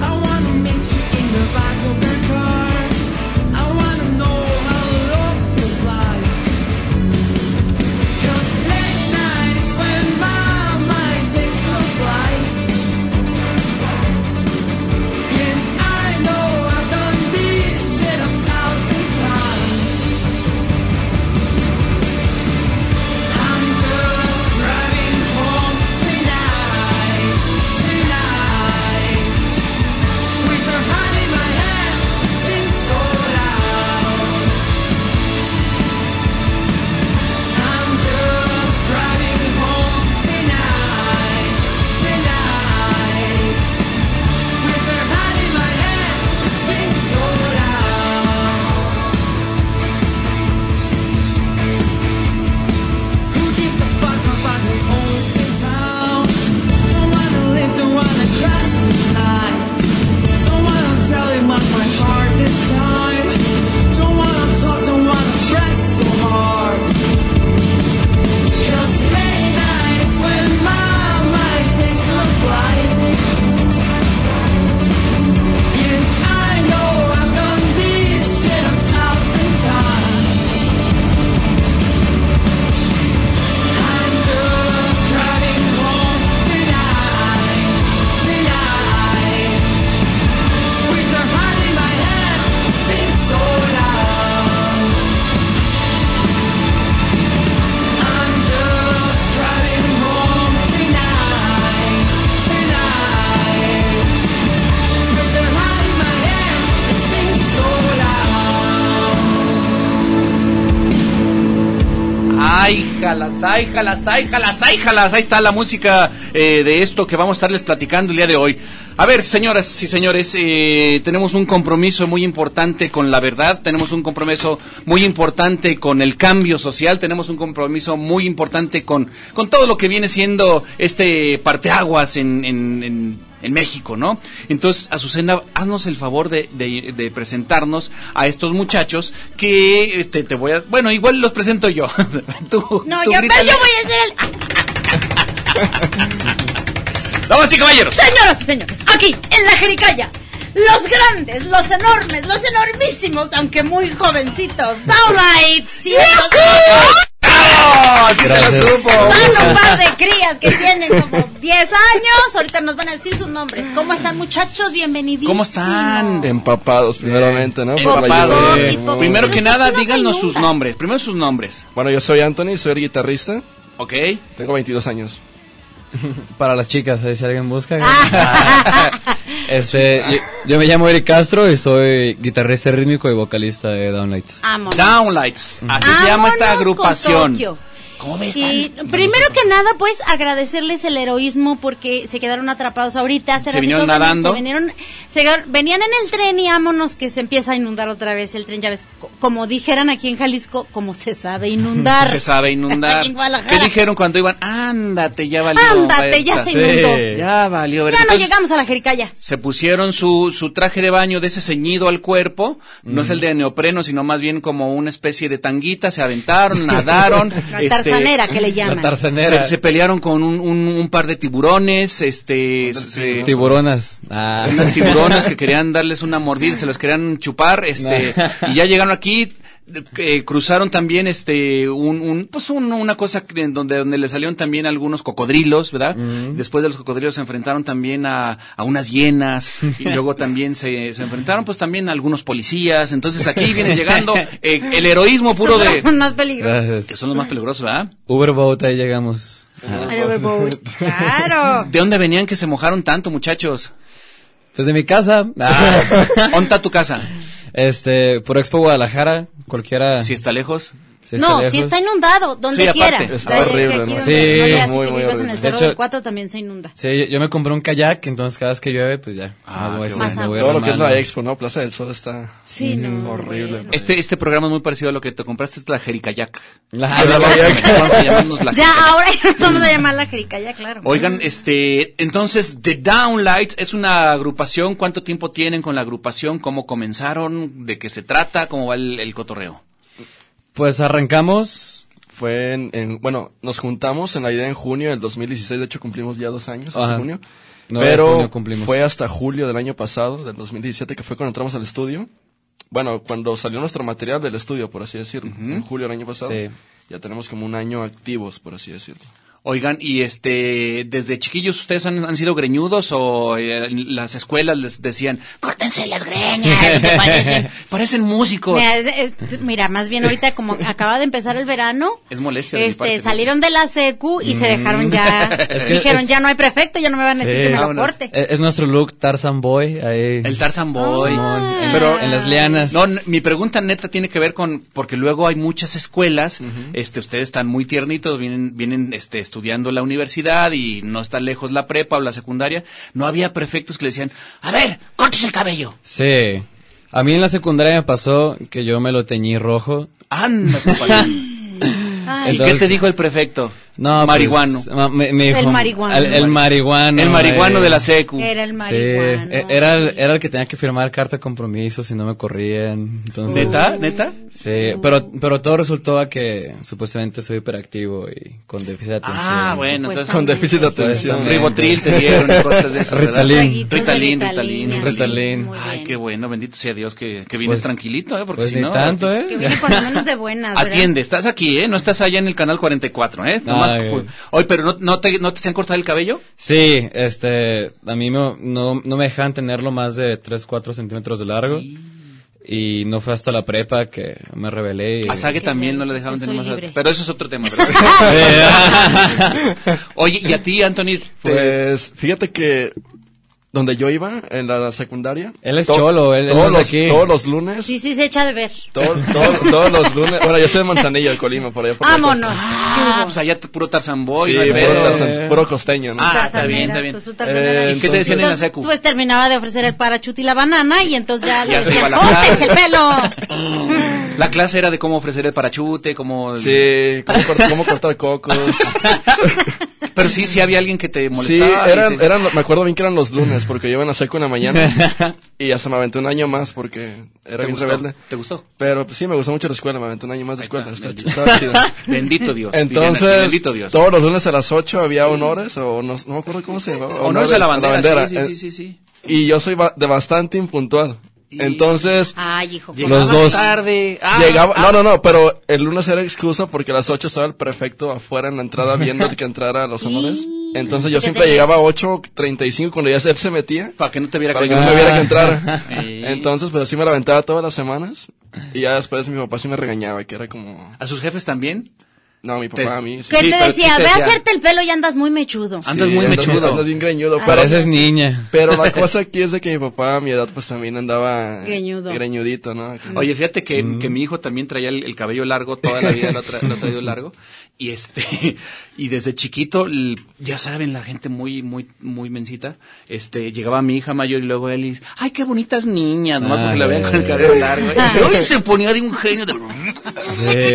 Speaker 8: I wanna make
Speaker 1: Ay, jalas, ay, jalas, ay, jalas, ay, jalas. Ahí está la música eh, de esto que vamos a estarles platicando el día de hoy. A ver, señoras y señores, eh, tenemos un compromiso muy importante con la verdad, tenemos un compromiso muy importante con el cambio social, tenemos un compromiso muy importante con, con todo lo que viene siendo este parteaguas en- en- en en México, ¿no? Entonces, Azucena, haznos el favor de, de- de presentarnos a estos muchachos que este, te voy a... Bueno, igual los presento yo. Tú-
Speaker 5: No,
Speaker 1: tú
Speaker 5: yo, pero
Speaker 1: grítale.
Speaker 5: yo voy a ser el...
Speaker 1: Damas y caballeros,
Speaker 2: Señoras y señores, aquí en la Jericaya, los grandes, los enormes, los enormísimos, aunque muy jovencitos, Dowlight,
Speaker 1: ¡Ah! ¡Sí se lo
Speaker 8: Gracias.
Speaker 1: supo!
Speaker 2: Son un par de crías que tienen como 10 años. Ahorita nos van a decir sus nombres.
Speaker 5: ¿Cómo están, muchachos? Bienvenidos.
Speaker 1: ¿Cómo están?
Speaker 8: Empapados, primeramente, ¿no? Por la
Speaker 1: Empapados.
Speaker 8: lluvia.
Speaker 5: Sí, por-
Speaker 1: Primero que
Speaker 5: Pero
Speaker 1: nada,
Speaker 5: si tú no
Speaker 1: díganos
Speaker 5: se
Speaker 1: sus
Speaker 5: inunda.
Speaker 1: nombres. Primero sus nombres,
Speaker 8: Bueno, yo soy Anthony, soy el guitarrista,
Speaker 1: ¿ok?
Speaker 8: tengo 22 años.
Speaker 9: Para las chicas, ahí si alguien busca. Em, este, yo, yo me llamo Eric Castro y soy guitarrista rítmico y vocalista de Downlights.
Speaker 5: Vámonos.
Speaker 1: Downlights, así se llama esta
Speaker 5: Vámonos con
Speaker 1: agrupación.
Speaker 5: Tokio.
Speaker 1: ¿Cómo
Speaker 7: Pues,
Speaker 1: ves?
Speaker 2: Y primero que nada, pues agradecerles el heroísmo porque se quedaron atrapados ahorita. hace
Speaker 1: Se
Speaker 2: ratito
Speaker 1: vinieron
Speaker 2: venían-
Speaker 1: nadando.
Speaker 2: Se vinieron, se gar- venían en el tren y ámonos que se empieza a inundar otra vez el tren. Ya ves, co- como dijeran aquí en Jalisco, como se sabe inundar.
Speaker 1: Se sabe inundar.
Speaker 2: En Guadalajara.
Speaker 1: ¿Qué dijeron cuando iban? Ándate, ya valió.
Speaker 2: Ándate, ya
Speaker 1: esta".
Speaker 2: se inundó.
Speaker 9: Sí.
Speaker 1: Ya valió.
Speaker 2: Ya no
Speaker 1: Entonces,
Speaker 2: llegamos a la Jericaya.
Speaker 1: Se pusieron su, su traje de baño de ese ceñido al cuerpo, no es el de neopreno, sino más bien como una especie de tanguita, se aventaron, nadaron.
Speaker 2: La
Speaker 1: este,
Speaker 2: tarzanera que le
Speaker 9: La
Speaker 2: llaman.
Speaker 9: tarzanera.
Speaker 1: se, se pelearon con un, un- un par de tiburones, este, se-
Speaker 9: Tiburonas. Ah.
Speaker 1: unas tiburonas que querían darles una mordida, se los querían chupar, este,
Speaker 9: No.
Speaker 1: y ya llegaron aquí, eh, cruzaron también, este, un, un pues un- una cosa que- en donde, donde le salieron también algunos cocodrilos, ¿verdad? Después de los cocodrilos se enfrentaron también a, a unas hienas, y luego también se, se enfrentaron pues también a algunos policías, entonces aquí viene llegando eh, el heroísmo puro
Speaker 2: Son
Speaker 1: de,
Speaker 2: los más peligrosos.
Speaker 1: que
Speaker 9: Gracias.
Speaker 1: son los más peligrosos, ¿verdad?
Speaker 9: Uberboat, ahí llegamos. Ah.
Speaker 2: Claro.
Speaker 1: ¿De dónde venían que se mojaron tanto, muchachos?
Speaker 9: Pues de mi casa. Ah.
Speaker 1: ¿Onta tu casa?
Speaker 9: este, por Expo Guadalajara, cualquiera.
Speaker 1: Si está lejos.
Speaker 9: si
Speaker 2: no,
Speaker 8: este
Speaker 9: lejos.
Speaker 2: si está inundado, donde
Speaker 1: Sí, aparte,
Speaker 2: quiera.
Speaker 8: está
Speaker 2: aquí
Speaker 8: horrible, ¿no?
Speaker 2: donde-
Speaker 9: Sí,
Speaker 2: no le hace
Speaker 8: muy,
Speaker 2: que
Speaker 8: muy
Speaker 2: vivas en
Speaker 8: horrible.
Speaker 2: el
Speaker 9: De
Speaker 2: Cerro
Speaker 9: hecho-
Speaker 2: del Cuatro también se inunda.
Speaker 9: Sí, yo, yo me compré un kayak, entonces cada vez que llueve, pues ya.
Speaker 1: Ah,
Speaker 9: más voy,
Speaker 1: qué
Speaker 9: sí,
Speaker 2: bueno.
Speaker 9: me voy
Speaker 8: Todo lo que es
Speaker 9: armando.
Speaker 8: la expo, ¿no? Plaza del Sol está
Speaker 2: Sí, no.
Speaker 8: horrible.
Speaker 1: Este, este programa es muy parecido a lo que te compraste, es la Jericayac. Ah,
Speaker 9: La-
Speaker 1: Vamos a llamarnos la
Speaker 2: Ya,
Speaker 1: Jericayac.
Speaker 2: ahora ya nos vamos a llamar la Jericaya, claro.
Speaker 1: Oigan, este, entonces, The Downlights es una agrupación. ¿Cuánto tiempo tienen con la agrupación? ¿Cómo comenzaron? ¿De qué se trata? ¿Cómo va el, el cotorreo?
Speaker 9: Pues arrancamos.
Speaker 8: Fue en, en- bueno, nos juntamos en la idea en junio del 2016, de hecho cumplimos ya dos años, hace
Speaker 9: Ajá.
Speaker 8: junio.
Speaker 9: Nueve de
Speaker 8: pero
Speaker 9: junio cumplimos.
Speaker 8: fue hasta julio del año pasado, del 2017, que fue cuando entramos al estudio. Bueno, cuando salió nuestro material del estudio, por así decirlo, en julio del año pasado.
Speaker 9: Sí.
Speaker 8: Ya tenemos como un año activos, por así decirlo.
Speaker 1: Oigan, y este, desde chiquillos, ¿ustedes han, han sido greñudos o eh, en las escuelas les decían, córtense las greñas, ¿qué te parecen? Parecen músicos.
Speaker 2: Mira, es- es- mira, más bien ahorita como acaba de empezar el verano,
Speaker 1: Es molestia de mi parte,
Speaker 2: este,
Speaker 1: ¿no? Mm.
Speaker 2: salieron de la secu y se dejaron ya,
Speaker 9: Es que
Speaker 2: dijeron
Speaker 9: es-
Speaker 2: ya no hay prefecto, ya no me van a decir
Speaker 9: Sí.
Speaker 2: que me lo
Speaker 1: Vámonos.
Speaker 2: corte.
Speaker 9: Eh, Es, es nuestro look Tarzan Boy, ahí.
Speaker 1: El Tarzan Boy.
Speaker 9: Simón,
Speaker 2: Ah.
Speaker 9: en-
Speaker 1: Pero-
Speaker 9: en las lianas.
Speaker 1: Ah. No, n- mi pregunta neta tiene que ver con porque luego hay muchas escuelas, este ustedes están muy tiernitos, vienen vienen este estudiando la universidad y no está lejos la prepa o la secundaria, no había prefectos que le decían, "A ver, córtese el cabello."
Speaker 9: Sí. A mí en la secundaria me pasó que yo me lo teñí rojo.
Speaker 1: Anda, compadre. ¿Y
Speaker 9: Entonces-
Speaker 1: qué te dijo Eh, el prefecto?
Speaker 9: No,
Speaker 1: marihuano.
Speaker 9: pues, ma- me- me dijo-
Speaker 2: El marihuano.
Speaker 9: El, el marihuano.
Speaker 1: el marihuano
Speaker 9: eh.
Speaker 1: de la secu.
Speaker 2: Era el
Speaker 9: Sí,
Speaker 2: marihuano.
Speaker 1: eh,
Speaker 9: e- era, el, era el que tenía que firmar carta de compromiso si no me corrían. Entonces,
Speaker 1: ¿Neta? ¿Neta?
Speaker 9: Sí, pero, pero todo resultó a que supuestamente soy hiperactivo y con déficit de atención.
Speaker 1: Ah, bueno, entonces
Speaker 8: Con déficit de atención.
Speaker 9: Supuestamente.
Speaker 1: Ribotril te dieron y cosas de esas, ¿verdad?
Speaker 9: Ritalin.
Speaker 2: Traguitos de
Speaker 1: Ritalin,
Speaker 2: Ritalin,
Speaker 1: Ritalin.
Speaker 2: así,
Speaker 9: Ritalin.
Speaker 2: muy
Speaker 1: Ay,
Speaker 2: bien.
Speaker 1: qué bueno, bendito sea Dios que, que vienes
Speaker 9: Pues-
Speaker 1: tranquilito, ¿eh? Porque
Speaker 9: Pues
Speaker 1: si
Speaker 9: ni
Speaker 1: no...
Speaker 9: tanto,
Speaker 2: Que
Speaker 9: ¿eh?
Speaker 2: viene por lo menos de buenas, ¿verdad?
Speaker 1: Atiende, estás aquí, ¿eh? No estás allá en el canal 44, ¿eh? Nomás
Speaker 9: Ay.
Speaker 1: cu- Oye, pero no, no, te, ¿no te se han cortado el cabello?
Speaker 9: Sí, este, a mí no, no, no me dejaban tenerlo más de 3, 4 centímetros de largo. Y no fue hasta la prepa que me rebelé. y-
Speaker 1: A Sague
Speaker 2: Qué
Speaker 1: también
Speaker 2: bueno,
Speaker 1: no le dejaban
Speaker 2: yo
Speaker 1: tener
Speaker 2: soy
Speaker 1: más...
Speaker 2: libre.
Speaker 1: Pero eso es otro tema. ¿verdad? Oye, ¿y a ti, Anthony? te-
Speaker 8: Pues fíjate que donde yo iba, en la secundaria.
Speaker 9: Él es cholo, él- él
Speaker 8: todos
Speaker 9: no
Speaker 8: los,
Speaker 9: es de aquí.
Speaker 8: Todos los lunes,
Speaker 2: Sí, sí, se echa de ver.
Speaker 8: todo- todo- todos los lunes. Bueno, yo soy de Manzanillo, de Colima, por allá por la
Speaker 2: Vámonos.
Speaker 8: costa.
Speaker 1: Ah, pues allá t- puro tarzamboy.
Speaker 8: Sí, puro tarzan- puro costeño, ¿no?
Speaker 1: Ah, está
Speaker 2: Tarzanera,
Speaker 1: bien, está bien.
Speaker 2: tú su tarzanera.
Speaker 8: Eh,
Speaker 1: ¿Y qué te decían en la
Speaker 2: Entonces,
Speaker 1: secu?
Speaker 2: tú pues terminaba de ofrecer el parachute y la banana y entonces ya le
Speaker 1: Ya se iba
Speaker 2: decían,
Speaker 1: a la
Speaker 2: ¡córtese el
Speaker 1: clase".
Speaker 2: pelo!
Speaker 1: La clase era de cómo ofrecer el parachute, cómo...
Speaker 8: Sí, cómo, cort- cómo cortar cocos.
Speaker 1: Pero sí, sí había alguien que te
Speaker 8: Sí,
Speaker 1: molestaba.
Speaker 8: eran,
Speaker 1: y te-
Speaker 8: eran, me acuerdo bien que eran los lunes, porque yo iba en la seco en la mañana. y hasta me aventé un año más porque
Speaker 1: ¿Te
Speaker 8: era bien
Speaker 1: gustó?
Speaker 8: rebelde.
Speaker 1: ¿Te gustó?
Speaker 8: Pero pues, sí, me gustó mucho la escuela, me aventé un año más de escuela.
Speaker 1: está,
Speaker 8: está
Speaker 1: mira.
Speaker 8: ch- estaba chido.
Speaker 1: Bendito Dios. dirían aquí,
Speaker 8: Entonces,
Speaker 1: bendito Dios.
Speaker 8: todos los lunes a las 8 había honores, o no, no me acuerdo cómo se llamaba.
Speaker 1: Honores a la bandera, sí,
Speaker 8: eh,
Speaker 1: sí, sí, sí, sí.
Speaker 8: Y yo soy ba- de bastante impuntual. Entonces,
Speaker 2: Ay, hijo.
Speaker 9: Los dos.
Speaker 1: tarde. Ah,
Speaker 8: llegaba,
Speaker 1: ah,
Speaker 8: no, no, no, pero el lunes era excusa porque a las 8 estaba el prefecto afuera en la entrada viendo el que entrara a los honores. Entonces
Speaker 2: Fíjate.
Speaker 8: yo siempre llegaba a 8.35 cuando ya él se metía
Speaker 1: Para que no te viera
Speaker 8: para que
Speaker 1: colgado.
Speaker 8: no me viera que entrara.
Speaker 1: Sí.
Speaker 8: Entonces, pues así me la aventaba todas las semanas. Y ya después mi papá sí me regañaba, que era como,
Speaker 1: ¿A sus jefes también?
Speaker 8: no, mi
Speaker 1: Te-
Speaker 8: papá a mí. sí.
Speaker 2: ¿Qué
Speaker 1: Sí,
Speaker 2: te
Speaker 1: pero
Speaker 2: decía?
Speaker 1: sí te
Speaker 2: Ve a
Speaker 1: decía. Ah.
Speaker 2: hacerte el pelo y andas muy mechudo.
Speaker 1: Andas
Speaker 8: Sí,
Speaker 1: muy mechudo. Ah,
Speaker 8: Andas bien greñudo. pero-
Speaker 9: Pareces niña.
Speaker 8: Pero la cosa aquí es de que mi papá a mi edad pues también andaba
Speaker 2: Greñudo.
Speaker 8: greñudito, ¿no?
Speaker 1: Oye, fíjate que,
Speaker 9: Mm.
Speaker 1: que mi hijo también traía el, el cabello largo, toda la vida lo, tra- lo ha traído largo. Y este, y desde chiquito, l- ya saben, la gente muy, muy, muy mencita, este, llegaba mi hija mayor y luego él y dice, ay, qué bonitas niñas, nomás
Speaker 9: Ah,
Speaker 1: porque la veían
Speaker 9: ya,
Speaker 1: con el
Speaker 9: ya, ya.
Speaker 1: cabello largo.
Speaker 2: Ah.
Speaker 1: Y luego se ponía de un genio de...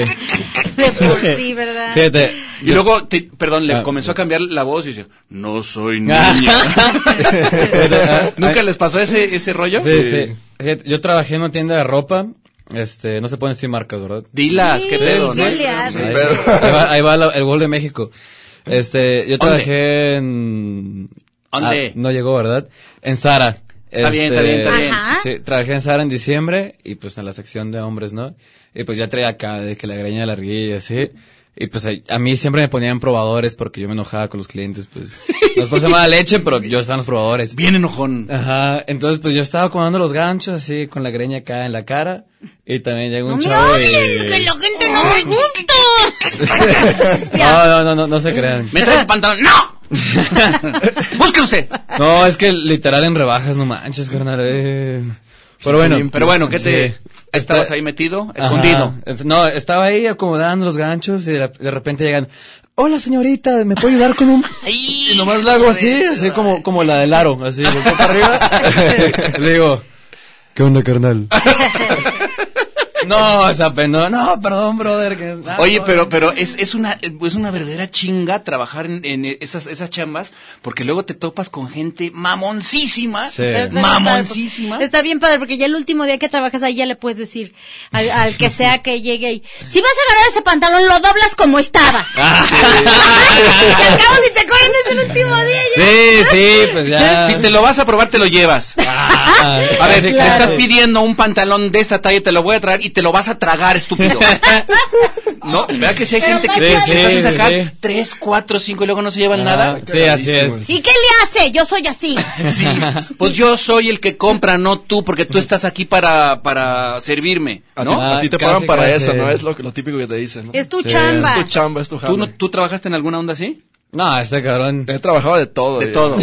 Speaker 9: Sí.
Speaker 2: De por sí, ¿verdad?
Speaker 9: Fíjate.
Speaker 1: Y luego, te- perdón, le
Speaker 9: Ah,
Speaker 1: comenzó a cambiar la voz y dice, no soy niña. ¿Nunca les pasó ese, ese rollo?
Speaker 9: ah, Sí, sí. Fíjate, Yo trabajé en una tienda de ropa. Este, no se pueden decir marcas, ¿verdad?
Speaker 1: Dilas, qué
Speaker 2: Sí,
Speaker 1: pedo,
Speaker 2: sí
Speaker 1: ¿no?
Speaker 2: le hace.
Speaker 9: Ahí, ahí va, ahí va la- el gol de México. Este, yo trabajé en...
Speaker 1: ¿Dónde?
Speaker 9: Ah, no llegó, ¿verdad? En Sara. Este,
Speaker 1: Está bien, está bien, está
Speaker 2: bien. Este, Ajá.
Speaker 9: Sí, trabajé en Sara en diciembre y pues en la sección de hombres, ¿no? Y pues ya traía acá de que la greña larguilla, así. Y pues ahí- a mí siempre me ponían probadores porque yo me enojaba con los clientes, pues. No es por ser mala leche, pero yo estaba en los probadores.
Speaker 1: Bien enojón.
Speaker 9: Ajá, entonces pues yo estaba comando los ganchos así con la greña acá en la cara y también llegó
Speaker 2: No
Speaker 9: un
Speaker 2: me
Speaker 9: chavo y...
Speaker 2: odien, que la gente no me gusta.
Speaker 9: No, no, no, no, no se crean.
Speaker 1: ¿Me traes pantalón? ¡No! ¡Busque usted!
Speaker 9: No, es que literal en rebajas, no manches, carnal. eh. Pero bueno.
Speaker 1: Pero bueno, ¿qué te...?
Speaker 9: Sí.
Speaker 1: ¿Estabas
Speaker 9: Está-
Speaker 1: ahí metido?
Speaker 9: Ajá.
Speaker 1: Escondido.
Speaker 9: Es- No, estaba ahí acomodando los ganchos y de, de repente llegan, hola señorita, ¿me puede ayudar con un...? Y nomás la hago así, así como, como la del aro, así, volteo para arriba. Le digo,
Speaker 8: ¿Qué onda, carnal?
Speaker 9: no, esa pe- no, no, perdón, brother. que es- ah,
Speaker 1: Oye,
Speaker 9: no,
Speaker 1: pero, pero es, es una, es una verdadera chinga trabajar en, en esas, esas chambas, porque luego te topas con gente mamoncísima,
Speaker 9: Sí. Pero-
Speaker 2: Pero está
Speaker 1: mamoncísima.
Speaker 2: padre, Está bien padre, porque ya el último día que trabajas ahí ya le puedes decir al, al que sea que llegue y si vas a agarrar ese pantalón, lo doblas como estaba.
Speaker 9: Ah,
Speaker 2: y al cabo si te corren es el último día. ya.
Speaker 9: Sí, sí, pues ya.
Speaker 1: Si te lo vas a probar, te lo llevas.
Speaker 9: Ah,
Speaker 1: A ver, me
Speaker 2: claro.
Speaker 1: estás pidiendo un pantalón de esta talla, te lo voy a traer y te lo vas a tragar, estúpido. No, vea que si hay
Speaker 2: Pero
Speaker 1: gente que
Speaker 2: pasa-
Speaker 1: les hace
Speaker 9: Sí, sí,
Speaker 1: sacar
Speaker 9: sí.
Speaker 1: tres, cuatro, cinco y luego no se llevan nada.
Speaker 9: Ah, Sí, Ah, así es.
Speaker 2: ¿Y qué le hace? Yo soy así.
Speaker 1: Sí. Pues yo soy el que compra, no tú, porque tú estás aquí para, para servirme,
Speaker 8: A ti,
Speaker 1: ¿no?
Speaker 9: Ah,
Speaker 8: a ti te
Speaker 9: casi,
Speaker 8: pagan para
Speaker 9: casi.
Speaker 8: eso, ¿no? Es lo, que- lo típico que te dicen. ¿no?
Speaker 2: Es tu
Speaker 9: Sí.
Speaker 2: chamba.
Speaker 8: Es tu chamba, es tu jale.
Speaker 1: ¿Tú, no- ¿Tú trabajaste en alguna onda así?
Speaker 9: No, este cabrón.
Speaker 8: He trabajado de todo. eh.
Speaker 1: De
Speaker 8: yo.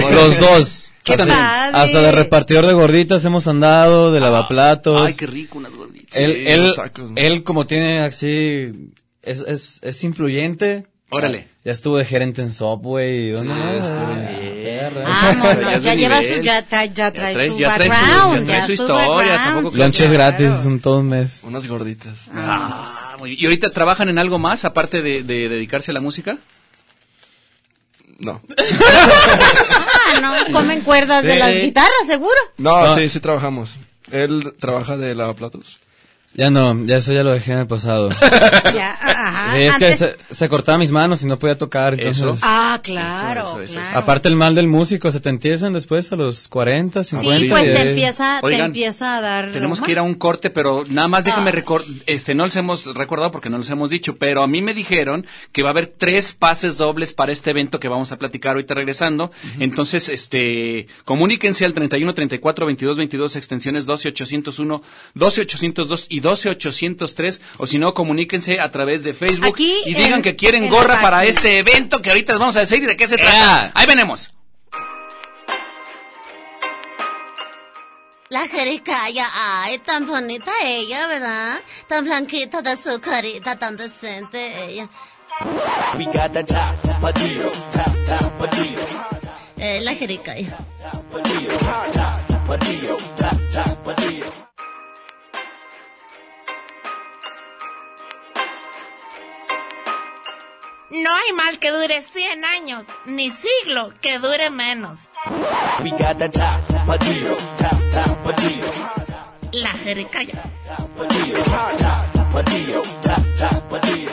Speaker 1: todo.
Speaker 9: Los dos.
Speaker 2: Qué
Speaker 9: hasta,
Speaker 2: padre. Ah.
Speaker 9: hasta de repartidor de gorditas hemos andado, de lavaplatos.
Speaker 1: Ay, qué rico, unas gorditas.
Speaker 9: Pues, él,
Speaker 8: Sí,
Speaker 9: él,
Speaker 8: los tacos, ¿no?
Speaker 9: él como tiene así, es, es, es influyente.
Speaker 1: Órale.
Speaker 9: Ya estuvo de gerente en Subway. ¿Dónde
Speaker 1: Sí,
Speaker 9: más
Speaker 1: estuvo
Speaker 9: estuvo?
Speaker 1: bien. Ah,
Speaker 9: Perra.
Speaker 1: Ya
Speaker 2: Vámonos,
Speaker 1: es
Speaker 2: Ah, ya
Speaker 1: de
Speaker 2: lleva su,
Speaker 1: nivel.
Speaker 2: ya trae, ya trae
Speaker 1: trae-
Speaker 2: su
Speaker 1: ya trae su-
Speaker 2: background,
Speaker 1: ya trae su
Speaker 2: background.
Speaker 1: historia, tampoco-
Speaker 9: Lonches
Speaker 2: Sí,
Speaker 9: gratis
Speaker 2: claro.
Speaker 9: un todo un mes.
Speaker 8: Unas gorditas.
Speaker 1: Ah, muy bien. ¿Y ahorita trabajan en algo más aparte de, de dedicarse a la música?
Speaker 8: No.
Speaker 2: Ah, no, comen cuerdas de las guitarras, seguro.
Speaker 8: No,
Speaker 9: No.
Speaker 8: sí, sí trabajamos. Él trabaja de lavaplatos.
Speaker 9: Ya no, ya eso ya lo dejé en el pasado.
Speaker 2: Ya, ah, ajá.
Speaker 9: Sí, es que
Speaker 2: antes-
Speaker 9: se, se cortaba mis manos y no podía tocar. entonces-
Speaker 1: Eso.
Speaker 2: Ah, claro,
Speaker 1: Eso, eso, eso, eso.
Speaker 2: claro.
Speaker 9: Aparte el mal del músico, se te empiezan después a los 40, 50.
Speaker 2: Sí, pues
Speaker 9: ya es-
Speaker 2: te empieza, te
Speaker 1: Oigan,
Speaker 2: empieza a dar.
Speaker 1: Tenemos
Speaker 2: Roma.
Speaker 1: que ir a un corte, pero nada más déjenme
Speaker 2: Ah.
Speaker 1: recordar, este, no les hemos recordado porque no les hemos dicho, pero a mí me dijeron que va a haber tres pases dobles para este evento que vamos a platicar ahorita regresando. Entonces, este, comuníquense al 31 34 22 22 extensiones 12 801, 12 802 y 12 803 o si no comuníquense a través de Facebook
Speaker 2: Aquí
Speaker 1: y
Speaker 2: en-
Speaker 1: digan que quieren
Speaker 2: en
Speaker 1: gorra
Speaker 2: la
Speaker 1: para
Speaker 2: página.
Speaker 1: este evento que ahorita les vamos a decir de qué se trata. Ahí venimos.
Speaker 10: La jericaya, ay, tan bonita ella, ¿verdad? Tan blanquita de su carita, tan decente ella.
Speaker 11: We got that top Padillo, top, top Padillo,
Speaker 10: Eh, la jericaya.
Speaker 11: Padillo, top, top Padillo, top, top Padillo.
Speaker 12: No hay mal que dure 100 años, ni siglo que dure menos.
Speaker 11: We got that top Padillo, top, top Padillo,
Speaker 12: La jericaya.
Speaker 11: Padillo, top, top Padillo, top, top Padillo.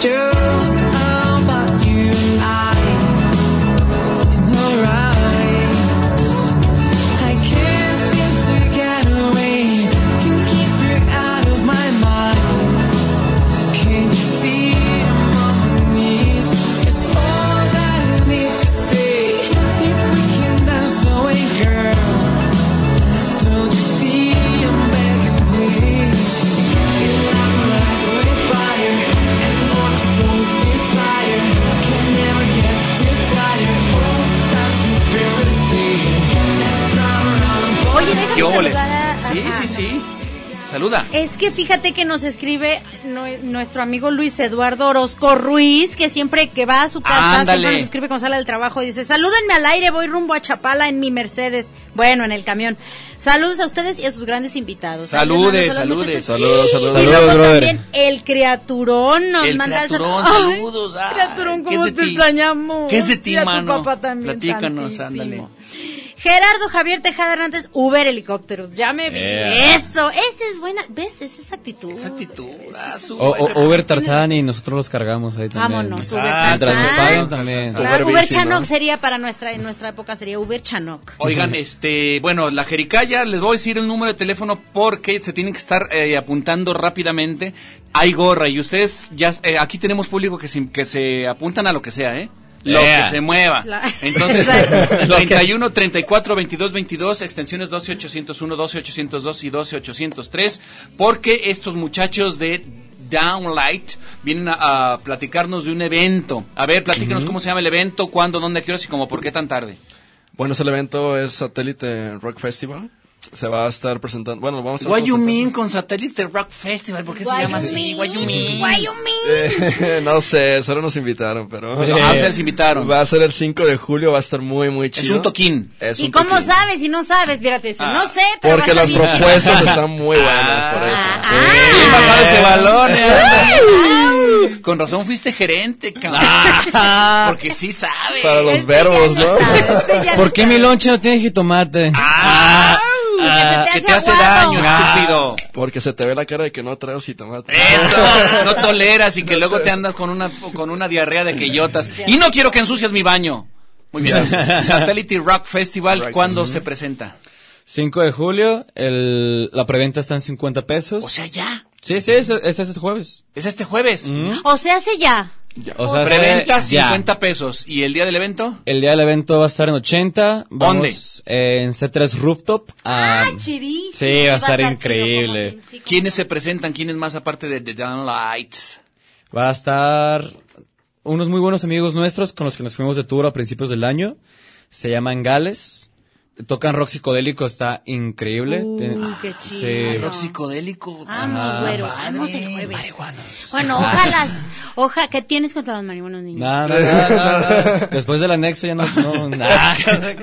Speaker 9: Just about you and I, and alright. I can't seem to get away. Can keep you out of my mind. Can't you see I'm on my knees? It's all that I need to say. If we can dance away, girl, don't you see I'm begging, please? You light me like a fire, and more explodes desire. Can never get too tired. Oh, that you feel the same. Let's drive around.
Speaker 2: Oye, déjame
Speaker 1: ¿Qué óboles?
Speaker 2: saludar a-
Speaker 1: Sí,
Speaker 2: ajá.
Speaker 1: sí, sí. Saluda.
Speaker 2: Es que fíjate que nos escribe nue- nuestro amigo Luis Eduardo Orozco Ruiz, que siempre que va a su casa,
Speaker 1: Ándale.
Speaker 2: siempre nos escribe con sala del trabajo, dice, salúdenme al aire, voy rumbo a Chapala en mi Mercedes, bueno, en el camión. Saludos a ustedes y a sus grandes invitados. Ahí les mando
Speaker 1: Saludes,
Speaker 2: saludos,
Speaker 1: saludes.
Speaker 2: muchachos.
Speaker 1: Saludos, saludos.
Speaker 2: Y luego
Speaker 1: Saludos, brother.
Speaker 2: también el criaturón nos
Speaker 1: El
Speaker 2: manda
Speaker 1: Criaturón,
Speaker 2: sal-
Speaker 1: saludos,
Speaker 2: Ay, criaturón,
Speaker 1: ¿qué es
Speaker 2: ¿cómo
Speaker 1: de
Speaker 2: te
Speaker 1: ti?
Speaker 2: extrañamos?
Speaker 1: ¿Qué es de ti,
Speaker 2: Y a tu
Speaker 1: mano?
Speaker 2: papá también,
Speaker 1: Platícanos,
Speaker 2: tantísimo.
Speaker 1: ándale.
Speaker 2: Gerardo Javier Tejada Hernández, Uber Helicópteros. Ya me vi.
Speaker 8: Ea.
Speaker 2: Eso, esa es buena. ¿Ves? Esa es actitud. Esa actitud.
Speaker 1: ah,
Speaker 8: O, o- Uber Tarzán y nosotros los cargamos ahí también.
Speaker 2: Vámonos,
Speaker 1: Uber
Speaker 8: Ah, Mientras nos
Speaker 1: Tarzán.
Speaker 8: pagan también.
Speaker 2: Claro, Uber Chanoc sería para nuestra, en nuestra época sería Uber Chanoc.
Speaker 1: Oigan, este, bueno, la Jericaya, les voy a decir el número de teléfono porque se tienen que estar eh, apuntando rápidamente. Hay gorra y ustedes ya, eh, aquí tenemos público que se, que se apuntan a lo que sea, ¿eh? Lo
Speaker 7: Yeah.
Speaker 1: que se mueva.
Speaker 7: La-
Speaker 1: Entonces,
Speaker 7: Exacto.
Speaker 1: 31, 34, 22, 22, extensiones 12801, 12802 y 12803, porque estos muchachos de Downlight vienen a, a platicarnos de un evento. A ver, platíquenos
Speaker 13: Ujú.
Speaker 1: cómo se llama el evento, cuándo, dónde, a qué horas y como por qué tan tarde.
Speaker 13: Bueno, ese evento es Satélite Rock Festival. Se va a estar presentando. Bueno, vamos a estar
Speaker 1: Wyoming con Satélite Rock Festival, ¿por qué se llama así? Wyoming.
Speaker 13: Eh, no sé, solo nos invitaron, pero.
Speaker 1: No, ah, ustedes
Speaker 13: invitaron. Va a ser el 5 de julio, va a estar muy, muy chido. Es un toquín.
Speaker 2: ¿Y cómo sabes si no sabes? Fíjate, si
Speaker 13: Ah,
Speaker 2: no sé, pero
Speaker 13: Porque
Speaker 2: va a
Speaker 13: las
Speaker 2: Ah, estar bien
Speaker 13: propuestas
Speaker 2: chido.
Speaker 13: están muy buenas,
Speaker 8: Ah,
Speaker 13: por eso.
Speaker 1: ese balón!
Speaker 2: este
Speaker 1: eh. Con razón fuiste gerente, cabrón. Porque sí sabes.
Speaker 13: Para los
Speaker 2: este
Speaker 13: verbos, ¿no?
Speaker 8: ¿Por qué mi lonche no tiene jitomate?
Speaker 13: Ah,
Speaker 8: que se te que te hace hace aguado. daño,
Speaker 1: estúpido.
Speaker 13: Porque se te ve la cara de que no traes jitomate.
Speaker 1: Eso, no toleras y que luego te andas con una, con una diarrea de queyotas. Y no quiero que ensucias mi baño. Muy bien.
Speaker 8: Gracias.
Speaker 1: Satellite Rock Festival, ¿cuándo se presenta?
Speaker 8: 5 de julio, el, la preventa está en 50 pesos. O sea,
Speaker 2: ya.
Speaker 8: Sí, sí, es, es este jueves.
Speaker 1: ¿Es este jueves?
Speaker 2: O sea, hace ya.
Speaker 8: O sea,
Speaker 1: Preventa
Speaker 8: se- ya.
Speaker 1: 50 pesos. ¿Y el día del evento?
Speaker 8: El día del evento va a estar en 80. Vamos, eh, en C3 Rooftop. Ah,
Speaker 2: chidísimo.
Speaker 8: sí, va a estar increíble.
Speaker 1: ¿Quiénes se presentan? ¿Quiénes más aparte de The Down Lights?
Speaker 8: Va a estar unos muy buenos amigos nuestros con los que nos fuimos de tour a principios del año. Se llaman Gales. Tocan rock psicodélico, está increíble. Tienen-
Speaker 2: qué
Speaker 8: sí.
Speaker 1: chido. Rock psicodélico.
Speaker 2: Vamos,
Speaker 8: Ah,
Speaker 2: güero,
Speaker 8: padre.
Speaker 2: vamos el jueves. Bueno, ojalá, ojalá, ¿qué tienes contra los marihuanos niños?
Speaker 8: Ah, Nada, nada, nada. Después del anexo ya no. no, nada.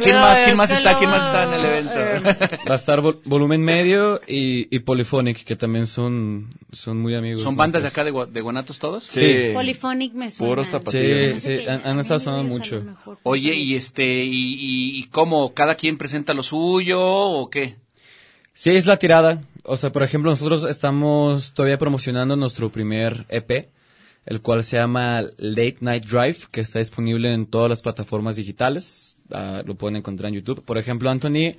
Speaker 1: ¿Quién más, quién más está? ¿Quién más está en el evento?
Speaker 8: Va a estar Vol- Volumen Medio y, y Polyphonic, que también son, son muy amigos.
Speaker 1: ¿Son bandas de
Speaker 8: nuestros.
Speaker 1: acá de, Gua- de Guanatos todos?
Speaker 8: Sí.
Speaker 2: Polyphonic me suena.
Speaker 8: Eh, Puros tapatíos. Sí, sí, han, han estado sonando mucho.
Speaker 1: Oye, y este, y, y- y cómo, cada quien presenta lo suyo o qué?
Speaker 8: Sí, es la tirada. O sea, por ejemplo, nosotros estamos todavía promocionando nuestro primer EP.
Speaker 9: E el cual se llama Late Night Drive, que está disponible en todas las plataformas digitales. Ah, lo pueden encontrar en YouTube. Por ejemplo, Anthony,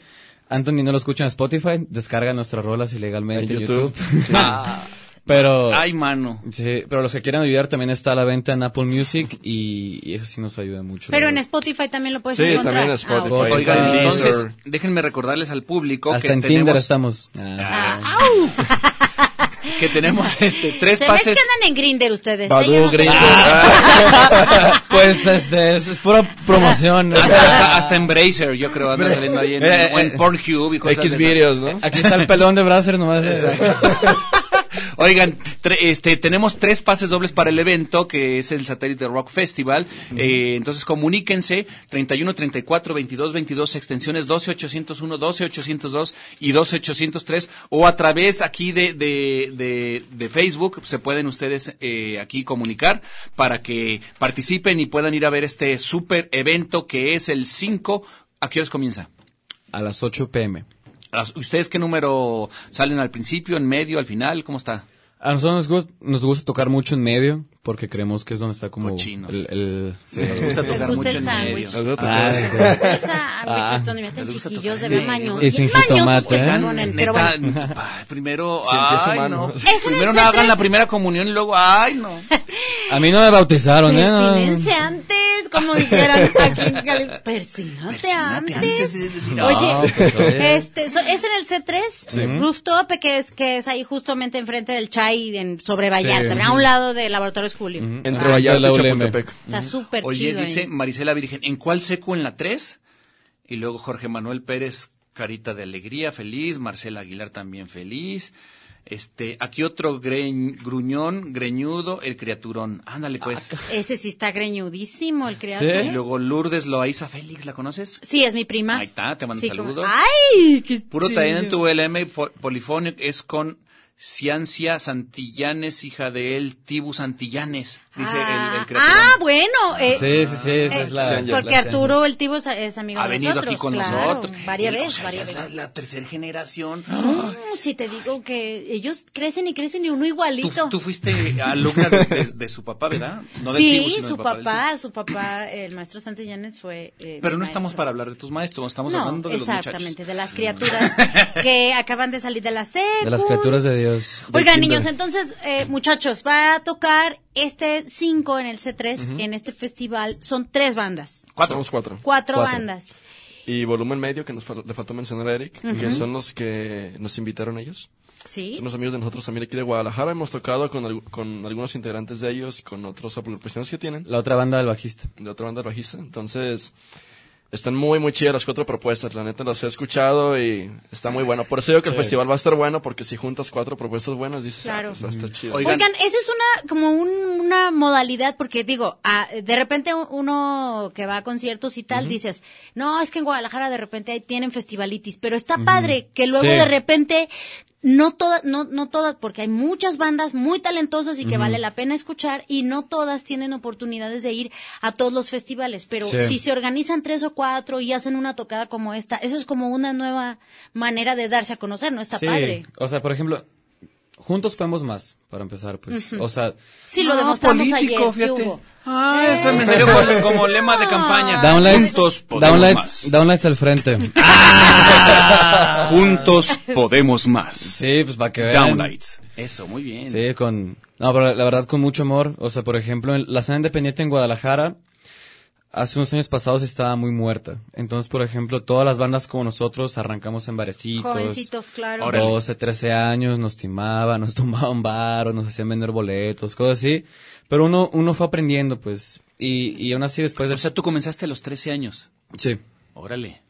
Speaker 9: Anthony no lo escucha en Spotify, descarga nuestras rolas ilegalmente en
Speaker 1: En
Speaker 9: YouTube.
Speaker 1: YouTube.
Speaker 9: Ah, pero
Speaker 1: Ay, mano.
Speaker 9: Sí, pero los que quieran ayudar también está a la venta en Apple Music y, y eso sí nos ayuda mucho.
Speaker 2: Pero
Speaker 9: la
Speaker 2: en
Speaker 9: verdad.
Speaker 2: Spotify también lo puedes
Speaker 9: Sí,
Speaker 2: encontrar.
Speaker 9: también en Spotify.
Speaker 2: Ah, ok.
Speaker 1: Oigan,
Speaker 9: Deezer.
Speaker 1: entonces, déjenme recordarles al público
Speaker 9: Hasta
Speaker 1: que
Speaker 9: en
Speaker 1: tenemos...
Speaker 9: Tinder estamos.
Speaker 2: Ah.
Speaker 1: Ah.
Speaker 9: Ah.
Speaker 1: que tenemos este, tres
Speaker 2: Se
Speaker 1: pases...
Speaker 2: ves que andan en Grinder ustedes.
Speaker 1: Badoo,
Speaker 2: ¿eh? Yo no sé.
Speaker 1: Grindr.
Speaker 8: Ah.
Speaker 9: Pues este, es, es pura promoción.
Speaker 1: Hasta, hasta en Bracer, yo creo, anda saliendo ahí en,
Speaker 9: Eh,
Speaker 1: o en Pornhub y cosas de esas.
Speaker 9: Xvideos, Aquí está el pelón de Brazzers nomás. eh.
Speaker 1: Oigan, tre- este, tenemos tres pases dobles para el evento, que es el Satélite Rock Festival. Eh, entonces comuníquense, 31, 34, 22, 22, extensiones 12, 801, 12, 802 y 12, 803. O a través aquí de, de, de, de Facebook se pueden ustedes eh, aquí comunicar para que participen y puedan ir a ver este super evento que es el 5. ¿A qué horas comienza?
Speaker 9: A las 8 pm.
Speaker 1: Las- ¿Ustedes qué número salen al principio, en medio, al final? ¿Cómo está?
Speaker 9: A nosotros nos gusta, nos gusta tocar mucho en medio porque creemos que es donde está como
Speaker 1: Cochinos.
Speaker 9: el, el-
Speaker 1: Sí, les gusta
Speaker 2: Les gusta el sándwich.
Speaker 9: Nos gusta
Speaker 2: Ah,
Speaker 9: tocar.
Speaker 2: les gusta el sándwich,
Speaker 9: Ah.
Speaker 2: esto ni me hacen
Speaker 1: Les gusta
Speaker 2: chiquillos, de
Speaker 1: tocar.
Speaker 2: ver mañosos.
Speaker 9: Y sin
Speaker 2: Mañosos
Speaker 9: jitomate,
Speaker 2: que
Speaker 9: ¿eh?
Speaker 2: están con él, pero
Speaker 1: Neta,
Speaker 2: bueno.
Speaker 1: ay, primero,
Speaker 9: Si empieza
Speaker 1: ay,
Speaker 9: humano.
Speaker 1: no.
Speaker 9: Es
Speaker 2: en el
Speaker 1: Primero no
Speaker 2: C3.
Speaker 1: hagan la primera comunión y luego, ay, no.
Speaker 9: A mí no me bautizaron, ¿eh? No.
Speaker 2: Persínense antes, como dijeran aquí en Jalisco. Persínate antes.
Speaker 1: ah,
Speaker 2: Oye,
Speaker 9: No, pues, oye.
Speaker 2: este, so- es en el C3,
Speaker 9: Sí.
Speaker 2: Rooftop, que es, que es ahí justamente enfrente del Chai, en, sobre Vallarta,
Speaker 1: Sí.
Speaker 2: a un lado de Laboratorios Julio.
Speaker 1: Entre
Speaker 9: Ah,
Speaker 1: Vallarta
Speaker 9: la
Speaker 1: y
Speaker 9: ULM.
Speaker 1: Chapultepec.
Speaker 2: Está súper
Speaker 1: Oye,
Speaker 2: chido.
Speaker 1: dice
Speaker 2: ahí.
Speaker 1: Marisela Virgen, ¿en cuál seco en la 3? Y luego Jorge Manuel Pérez, carita de alegría, feliz. Marcela Aguilar también feliz. Este, aquí otro greñ- gruñón, greñudo, el criaturón. Ándale, pues.
Speaker 2: Ese sí está greñudísimo, el
Speaker 1: Y
Speaker 2: criatura.
Speaker 1: luego Lourdes Loaiza Félix, ¿la conoces?
Speaker 2: Sí, es mi prima.
Speaker 1: Ahí está, te mando
Speaker 2: Sí, como-
Speaker 1: saludos.
Speaker 2: ¡Ay! Qué
Speaker 1: Puro
Speaker 2: chido.
Speaker 1: talento en tu LM Polifonic es con Ciancia Santillanes, hija de él, Tibu Santillanes, dice el, el creador.
Speaker 2: Ah, bueno. eh,
Speaker 9: Sí, sí, sí, esa
Speaker 2: eh,
Speaker 9: es la-
Speaker 2: sí,
Speaker 9: la-
Speaker 2: Porque
Speaker 9: la-
Speaker 2: Arturo, el tivo, es- es amigo
Speaker 1: Ha
Speaker 2: de
Speaker 1: venido
Speaker 2: nosotros.
Speaker 1: aquí con
Speaker 2: claro,
Speaker 1: nosotros.
Speaker 2: Varias
Speaker 1: Y, o
Speaker 2: veces,
Speaker 1: sea,
Speaker 2: varias
Speaker 1: ya
Speaker 2: veces.
Speaker 1: es la tercera generación.
Speaker 2: No, si te digo que ellos crecen y crecen y uno
Speaker 1: Tú,
Speaker 2: igualito.
Speaker 1: tú fuiste alumna de, de- de su papá, ¿verdad? No del Tibu,
Speaker 2: sí,
Speaker 1: sino
Speaker 2: su
Speaker 1: del del
Speaker 2: papá, su papá, el maestro Santillanes fue... eh,
Speaker 1: Tibu. Pero
Speaker 2: mi
Speaker 1: no estamos
Speaker 2: maestro.
Speaker 1: para hablar de tus maestros, estamos
Speaker 2: No,
Speaker 1: hablando de los muchachos.
Speaker 2: exactamente, de las criaturas que acaban de salir de la secu.
Speaker 9: De las criaturas de Dios. Del
Speaker 2: Oigan,
Speaker 9: kinder.
Speaker 2: niños, entonces, eh, muchachos, va a tocar este 5 en el C3, en este festival. Son tres bandas,
Speaker 8: Cuatro. Somos cuatro.
Speaker 2: cuatro, bandas.
Speaker 8: Y volumen medio, que nos fal- le faltó mencionar a Eric,
Speaker 2: Ujú.
Speaker 8: que son los que nos invitaron ellos.
Speaker 2: Sí.
Speaker 8: Son unos amigos de nosotros también aquí de Guadalajara. Hemos tocado con, algu- con algunos integrantes de ellos, con otros agrupaciones que tienen.
Speaker 9: La otra banda del bajista.
Speaker 8: de otra banda bajista. Entonces, están muy, muy chidas las cuatro propuestas. La neta las he escuchado y está muy bueno. Por eso digo que el
Speaker 9: Sí.
Speaker 8: festival va a estar bueno, porque si juntas cuatro propuestas buenas, dices, ah,
Speaker 2: Claro.
Speaker 8: pues va a estar chido.
Speaker 2: Oigan, esa es una como un- una modalidad porque digo, ah, de repente uno que va a conciertos y tal dices, no, es que en Guadalajara de repente ahí tienen festivalitis, pero está
Speaker 5: Ujú.
Speaker 2: padre que luego
Speaker 5: Sí.
Speaker 2: de repente no todas, no, no todas, porque hay muchas bandas muy talentosas y que
Speaker 5: Ujú.
Speaker 2: vale la pena escuchar y no todas tienen oportunidades de ir a todos los festivales, pero
Speaker 5: Sí.
Speaker 2: si se organizan tres o cuatro y hacen una tocada como esta, eso es como una nueva manera de darse a conocer, ¿no? Está padre.
Speaker 9: O sea, por ejemplo, juntos podemos más, para empezar, pues.
Speaker 2: Ujú.
Speaker 9: O sea,
Speaker 2: Sí, lo
Speaker 1: Ah,
Speaker 2: demostramos
Speaker 1: político,
Speaker 2: ayer. ¿qué
Speaker 1: fíjate.
Speaker 2: hubo?
Speaker 1: Ah, ese me salió como, como lema de campaña.
Speaker 9: downlights,
Speaker 1: Juntos podemos más. Ah.
Speaker 9: downlights, downlights al frente.
Speaker 1: Juntos podemos más. Sí,
Speaker 9: pues para que vean.
Speaker 1: Downlights. Eso, muy bien.
Speaker 9: Sí, con... No, pero la verdad con mucho amor. O sea, por ejemplo, en la escena independiente en Guadalajara hace unos años pasados estaba muy muerta. Entonces, por ejemplo, todas las bandas como nosotros arrancamos en barecitos.
Speaker 2: Jovencitos, claro. Órale.
Speaker 9: 12, 13 años, nos timaban, nos tomaban baros, nos hacían vender boletos, cosas así. Pero uno, uno fue aprendiendo, pues. Y, y aún así después de... O sea,
Speaker 1: tú comenzaste a los 13 años.
Speaker 9: Sí.
Speaker 1: Órale.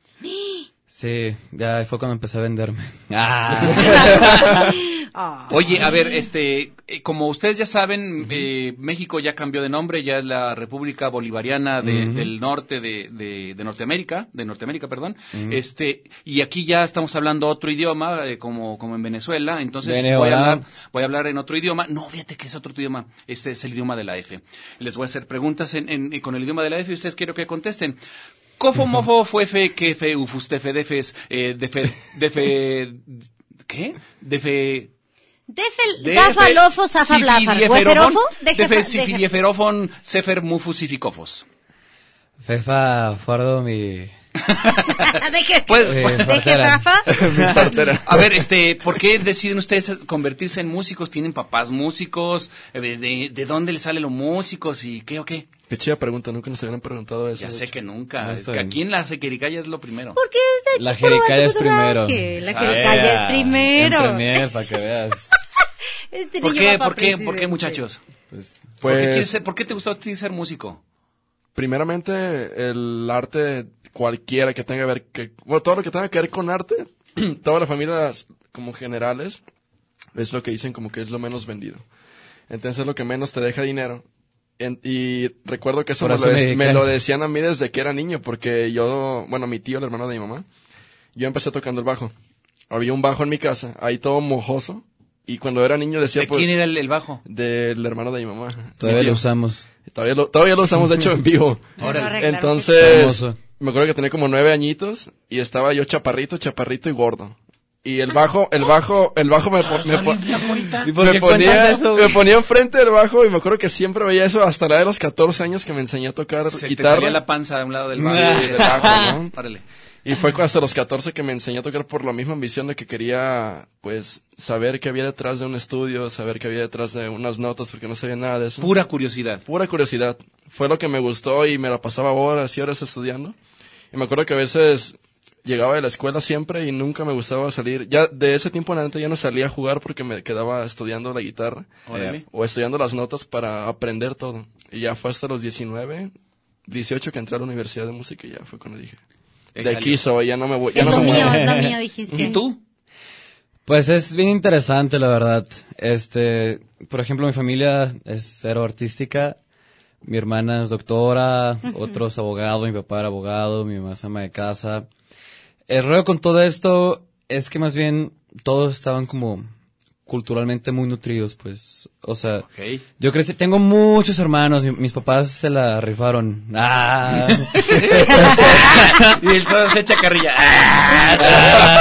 Speaker 9: Sí, ya fue cuando empecé a venderme. Ah.
Speaker 1: Oye, a ver, este, eh, como ustedes ya saben, eh, México ya cambió de nombre, ya es la República Bolivariana de-
Speaker 9: Ujú.
Speaker 1: del Norte de, de- de Norteamérica, de Norteamérica, perdón.
Speaker 9: Ujú.
Speaker 1: Este, y aquí ya estamos hablando otro idioma, eh, como como en Venezuela, entonces
Speaker 9: Venezuela.
Speaker 1: voy a hablar voy a hablar en otro idioma. No, fíjate que es otro idioma. Este es el idioma de la F. Les voy a hacer preguntas en, en- eh, con el idioma de la F y ustedes quiero que contesten. Cofo, mofo, fuefe, quefe, ufus, tefe, defes, eh, defe, defe, ¿qué? Defe,
Speaker 2: Defel, gafalofo, zafa, blafa. ¿Gueferofo? Dejefa- dejefa-
Speaker 1: Defesifidieferofon, sefer mufusificofos.
Speaker 9: Fefa, fardo mi...
Speaker 2: ¿De qué?
Speaker 1: Pues-
Speaker 2: ¿De qué, Rafa?
Speaker 1: A ver, este, ¿por qué deciden ustedes convertirse en músicos? ¿Tienen papás músicos? Eh, ¿De, de- de dónde les salen los músicos? ¿Y qué o qué?
Speaker 8: Qué chida pregunta, nunca nos habían preguntado eso.
Speaker 1: Ya
Speaker 8: de
Speaker 1: sé
Speaker 8: hecho.
Speaker 1: que nunca.
Speaker 8: No
Speaker 1: es
Speaker 8: estoy
Speaker 1: que
Speaker 8: bien.
Speaker 1: aquí en la sequericaya es lo primero.
Speaker 2: Porque es de
Speaker 9: La jericaya es primero.
Speaker 2: Que la jericaya es primero.
Speaker 9: En premier, para que veas.
Speaker 2: Este
Speaker 1: ¿Por
Speaker 2: niño
Speaker 1: qué,
Speaker 2: va pa'
Speaker 1: por qué, por qué,
Speaker 2: presidente.
Speaker 1: muchachos?
Speaker 9: Pues,
Speaker 1: ¿Por, qué
Speaker 8: Pues-
Speaker 1: quieres ser- por qué te gustó a ti ser músico?
Speaker 8: Primeramente, el arte cualquiera que tenga que ver, que, bueno, todo lo que tenga que ver con arte, todas las familias como generales, es lo que dicen como que es lo menos vendido. Entonces es lo que menos te deja dinero. En- y recuerdo que eso,
Speaker 9: Por
Speaker 8: me,
Speaker 9: eso
Speaker 8: lo
Speaker 9: me
Speaker 8: dec-
Speaker 9: dediqué
Speaker 8: me
Speaker 9: a
Speaker 8: lo
Speaker 9: eso.
Speaker 8: decían a mí desde que era niño, porque yo, bueno, mi tío, el hermano de mi mamá, yo empecé tocando el bajo. Había un bajo en mi casa, ahí todo mojoso. Y cuando era niño decía,
Speaker 1: ¿De
Speaker 8: pues...
Speaker 1: quién era el, el bajo?
Speaker 8: Del hermano de mi mamá.
Speaker 9: Todavía
Speaker 8: Mi
Speaker 9: lo
Speaker 8: tío.
Speaker 9: usamos.
Speaker 8: Todavía lo, todavía lo usamos, de hecho, en vivo.
Speaker 9: Órale. Lo arreglaron.
Speaker 8: Entonces,
Speaker 9: Hermoso.
Speaker 8: me acuerdo que tenía como nueve añitos y estaba yo chaparrito, chaparrito y gordo. Y el bajo, el bajo, el bajo me, po- me, po-
Speaker 9: ¿Y por
Speaker 8: me
Speaker 9: qué
Speaker 8: ponía,
Speaker 9: cuentas eso,
Speaker 8: me
Speaker 9: güey?
Speaker 8: ponía enfrente del bajo y me acuerdo que siempre veía eso hasta la de los 14 años que me enseñé a tocar
Speaker 1: Se te
Speaker 8: guitarra.
Speaker 1: salía la panza de un lado del
Speaker 8: Sí,
Speaker 1: bajo.
Speaker 8: del bajo, ¿no?
Speaker 1: Órale.
Speaker 8: Y fue hasta los 14 que me enseñó a tocar por la misma ambición de que quería, pues, saber qué había detrás de un estudio, saber qué había detrás de unas notas, porque no sabía nada de eso.
Speaker 1: Pura curiosidad.
Speaker 8: Pura curiosidad. Fue lo que me gustó y me la pasaba horas y horas estudiando. Y me acuerdo que a veces llegaba de la escuela siempre y nunca me gustaba salir. Ya de ese tiempo en adelante ya no salía a jugar porque me quedaba estudiando la guitarra
Speaker 1: Órale.
Speaker 8: eh, o estudiando las notas para aprender todo. Y ya fue hasta los 19, 18 que entré a la Universidad de Música y ya fue cuando dije.
Speaker 1: Ahí
Speaker 8: De
Speaker 1: salió.
Speaker 8: aquí soy, ya no me voy. Ya
Speaker 2: Es
Speaker 8: no
Speaker 2: lo
Speaker 8: me
Speaker 2: mío,
Speaker 8: muevo".
Speaker 2: es lo mío, dijiste.
Speaker 1: ¿Y tú?
Speaker 9: Pues es bien interesante, la verdad. Este, por ejemplo, mi familia es cero artística. Mi hermana es doctora,
Speaker 14: Ujú.
Speaker 9: otro es abogado, mi papá era abogado, mi mamá es ama de casa. El rollo con todo esto eh, es que más bien todos estaban como culturalmente muy nutridos, pues. O sea, yo crecí, tengo muchos hermanos, mi- mis papás se la rifaron. ¡Ah!
Speaker 1: y él solo se echa carrilla. Ah,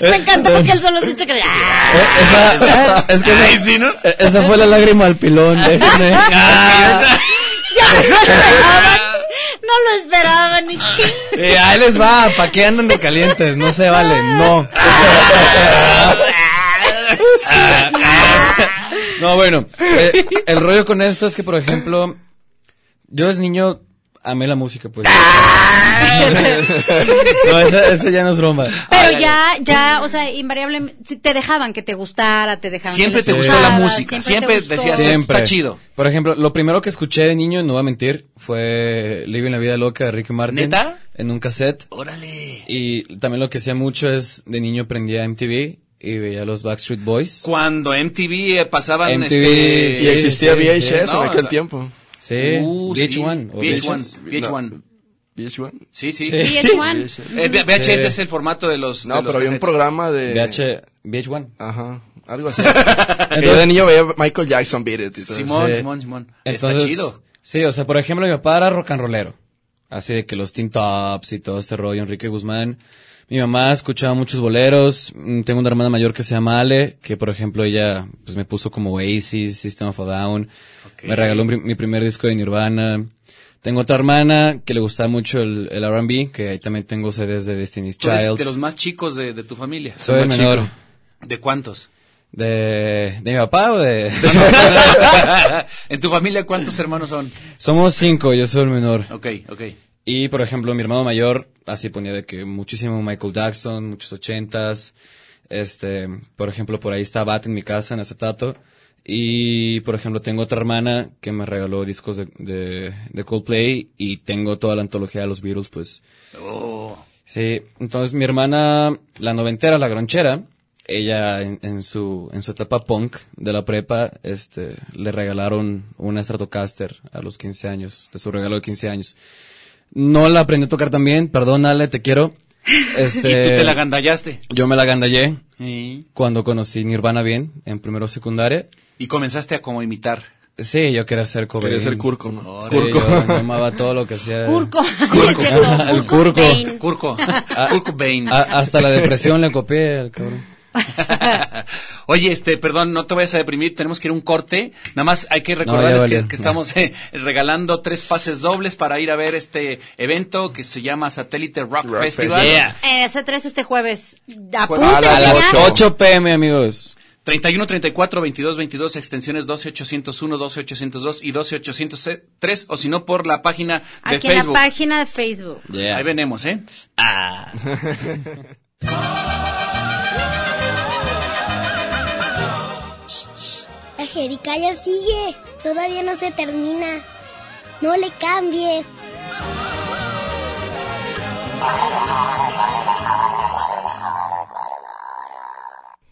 Speaker 2: Me encanta porque él solo se echa que... ¡Ah!
Speaker 9: Esa, es que esa, e- esa fue la lágrima al pilón, déjenme.
Speaker 2: Ya no lo esperaban. No lo esperaban, ni ching.
Speaker 9: Eh, ahí les va, ¿pa' qué andan de calientes? No se vale, no. No, bueno, eh, el rollo con esto es que, por ejemplo, yo desde niño amé la música, pues. No, esa, esa ya no es broma.
Speaker 2: Pero ya, ya, o sea, invariablemente, si te dejaban que te gustara, te dejaban
Speaker 1: Siempre
Speaker 2: que
Speaker 1: te
Speaker 2: les
Speaker 1: gustó la
Speaker 2: gustara,
Speaker 1: música, siempre
Speaker 2: te gustó.
Speaker 1: decías,
Speaker 9: Siempre.
Speaker 1: "Está chido".
Speaker 9: Por ejemplo, lo primero que escuché de niño, no voy a mentir, fue Living la Vida Loca de Ricky Martin.
Speaker 1: ¿Neta?
Speaker 9: En un cassette.
Speaker 1: Órale.
Speaker 9: Y también lo que hacía mucho es, de niño prendía MTV y veía los Backstreet Boys.
Speaker 1: Cuando MTV eh, pasaban.
Speaker 9: MTV,
Speaker 1: este,
Speaker 9: sí, Y existía sí, VHS en
Speaker 1: ¿no?
Speaker 9: aquel tiempo. Eh, Sí,
Speaker 1: Uh, sí,
Speaker 9: VH1 o
Speaker 1: VH1.
Speaker 8: VH1.
Speaker 1: VH1.
Speaker 8: VH1.
Speaker 1: Sí, sí.
Speaker 2: VH1.
Speaker 1: Eh, V- VHS
Speaker 9: Sí.
Speaker 1: es el formato de los.
Speaker 8: No,
Speaker 1: de los
Speaker 8: pero había un
Speaker 1: cassettes.
Speaker 8: programa de...
Speaker 9: VH, VH1.
Speaker 8: Ajá, algo así. Que yo de niño veía Michael Jackson Beat It y todo eso.
Speaker 1: Simón, Simón, Simón. Está chido.
Speaker 9: Sí, o sea, por ejemplo, mi papá era rock and rollero. Así de que los Teen Tops y todo este rollo, Enrique Guzmán. Mi mamá escuchaba muchos boleros. Mm, Tengo una hermana mayor que se llama Ale, que por ejemplo ella pues me puso como Oasis, System of a Down. Me regaló mi mi primer disco de Nirvana. Tengo otra hermana que le gustaba mucho el, el R&B, que ahí también tengo CDs de Destiny's
Speaker 1: Tú eres
Speaker 9: Child.
Speaker 1: de los más chicos de, de tu familia.
Speaker 9: Soy el
Speaker 1: Más
Speaker 9: menor.
Speaker 1: chico. ¿De cuántos?
Speaker 9: ¿De, ¿De mi papá o de...?
Speaker 1: ¿En tu familia cuántos hermanos son?
Speaker 9: Somos cinco, yo soy el menor.
Speaker 1: Ok, ok.
Speaker 9: Y por ejemplo, mi hermano mayor, así ponía de que muchísimo Michael Jackson, muchos ochentas. Este, por ejemplo, por ahí está Bat en mi casa, en acetato. Y por ejemplo, tengo otra hermana que me regaló discos de, de, de Coldplay y tengo toda la antología de los Beatles, pues.
Speaker 1: Oh.
Speaker 9: Sí, entonces mi hermana, la noventera, la gronchera, ella en, en su en su etapa punk de la prepa, este, le regalaron una Stratocaster a los 15 años, de su regalo de 15 años. No la aprendí a tocar también, perdón Ale, te quiero. Este,
Speaker 1: ¿Y tú te la gandallaste?
Speaker 9: Yo me la gandallé
Speaker 1: Sí.
Speaker 9: cuando conocí Nirvana bien, en primero o secundaria.
Speaker 1: Y comenzaste a como imitar.
Speaker 9: Sí, yo quería ser Cobain.
Speaker 8: Quería ser Kurt ¿no?
Speaker 9: Sí,
Speaker 8: Kurt
Speaker 9: yo
Speaker 8: Cobain.
Speaker 9: amaba todo lo que hacía.
Speaker 2: Curco. Curco.
Speaker 9: El Curco.
Speaker 2: Bain.
Speaker 1: Curco.
Speaker 9: Ah, A- a- hasta la depresión le copié al cabrón.
Speaker 1: Oye, este, perdón, no te vayas a deprimir, tenemos que ir a un corte. Nada más hay que
Speaker 15: ya
Speaker 1: recordarles
Speaker 15: valió,
Speaker 1: que, que
Speaker 15: ya.
Speaker 1: estamos eh, regalando tres pases dobles para ir a ver este evento que se llama Satélite Rock, Festival.
Speaker 2: Festival. En S3 este jueves.
Speaker 15: A
Speaker 2: Apúntense
Speaker 15: las
Speaker 2: ya.
Speaker 15: 8 pm, amigos.
Speaker 1: 31, 34, 22, 22, extensiones 12801, 12802 y 12803, o si no, por la página de
Speaker 2: Aquí en la
Speaker 1: Facebook.
Speaker 2: página de Facebook.
Speaker 1: Ahí venemos, ¿eh? Ah.
Speaker 10: La jericaya sigue, todavía no se termina. No le cambies.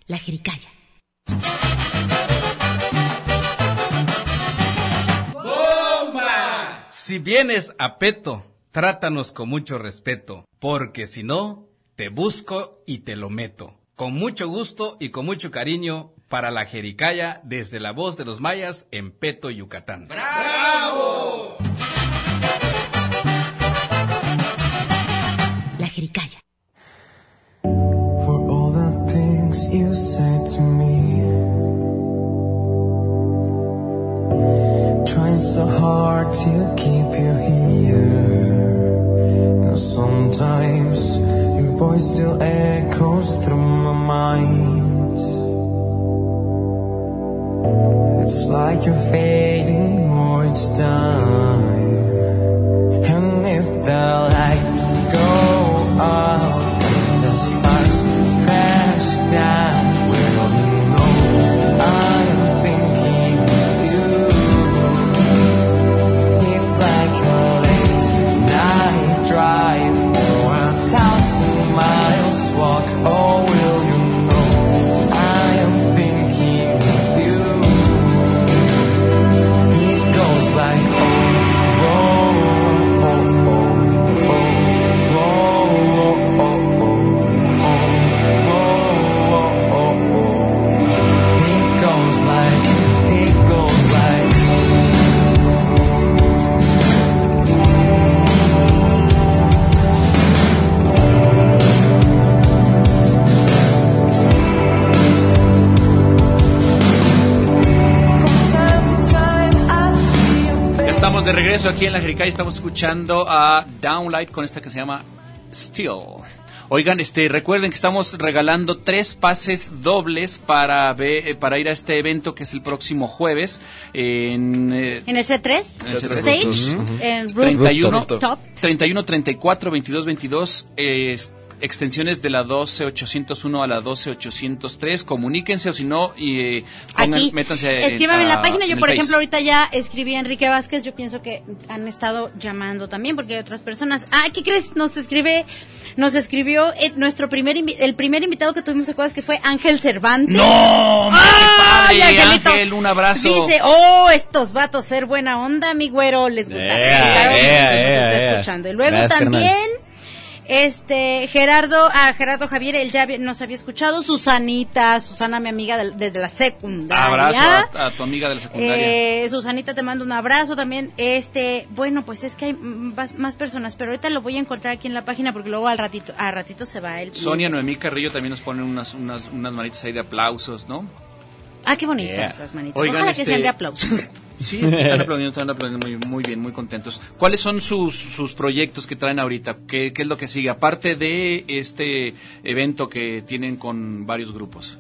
Speaker 16: La jericaya.
Speaker 7: ¡Bomba! Si vienes a Peto, trátanos con mucho respeto, porque si no, te busco y te lo meto. Con mucho gusto y con mucho cariño para la Jericaya desde la voz de los mayas en Peto, Yucatán.
Speaker 16: La jericaya.
Speaker 9: For all the things you said to me. Trying so hard to keep you here. And sometimes your voice still echoes through my mind. It's like you're fading more each time. And if the lights go out and the sparks crash down, well, you know I'm thinking of you. It's like a late night drive or a thousand miles walk. Oh, will you know I am thinking of you? It goes like oh, oh. It goes like, it goes like. From time to time, I see your
Speaker 1: Ya estamos de regreso aquí en la Jericaya, estamos escuchando a Downlight con esta que se llama Still. Oigan, este, recuerden que estamos regalando tres pases dobles para, ve- eh, para ir a este evento que es el próximo jueves en eh,
Speaker 2: En S3,
Speaker 1: En S3.
Speaker 2: Stage,
Speaker 1: Ujú.
Speaker 2: en Rooftop.
Speaker 1: 31, 31, 34, 22, 22, eh, es- extensiones de la 12801 a la 12803. Comuníquense o si no, y, eh, pongan-
Speaker 2: Aquí.
Speaker 1: métanse eh,
Speaker 2: Escríbame en
Speaker 1: a-
Speaker 2: la página. Yo,
Speaker 1: el
Speaker 2: por
Speaker 1: Face.
Speaker 2: ejemplo, ahorita ya escribí a Enrique Vázquez. Yo pienso que han estado llamando también porque hay otras personas. Ah, ¿qué crees? Nos escribe, nos escribió eh, nuestro primer, invi- el primer invitado que tuvimos, ¿te acuerdas que fue Ángel Cervantes?
Speaker 1: ¡No!
Speaker 2: ¡Ay,
Speaker 1: Padre,
Speaker 2: Angelito!
Speaker 1: Ángel, un abrazo.
Speaker 2: Dice, oh, estos vatos ser buena onda, mi güero, les gusta.
Speaker 1: Ea,
Speaker 2: Claro, mucho
Speaker 1: ea,
Speaker 2: nos está
Speaker 1: ea, ea.
Speaker 2: escuchando. Y luego
Speaker 1: Gracias,
Speaker 2: también,
Speaker 1: carnal.
Speaker 2: este, Gerardo, a Gerardo Javier, él ya había- nos había escuchado, Susanita, Susana, mi amiga del- desde la secundaria.
Speaker 1: Abrazo a, a tu amiga de la secundaria.
Speaker 2: Eh, Susanita, te mando un abrazo también. Este, bueno, pues es que hay mm, más, más personas, pero ahorita lo voy a encontrar aquí en la página porque luego al ratito, al ratito se va él.
Speaker 1: Sonia Noemí Carrillo también nos pone unas, unas, unas manitas ahí de aplausos, ¿no?
Speaker 2: Ah, qué bonitas
Speaker 1: Yeah.
Speaker 2: las manitas.
Speaker 1: Oigan,
Speaker 2: Ojalá que
Speaker 1: este-
Speaker 2: sean de aplausos.
Speaker 1: Sí, están aplaudiendo, están aplaudiendo muy, muy bien, muy contentos. ¿Cuáles son sus, sus proyectos que traen ahorita? ¿Qué, ¿Qué es lo que sigue? Aparte de este evento que tienen con varios grupos.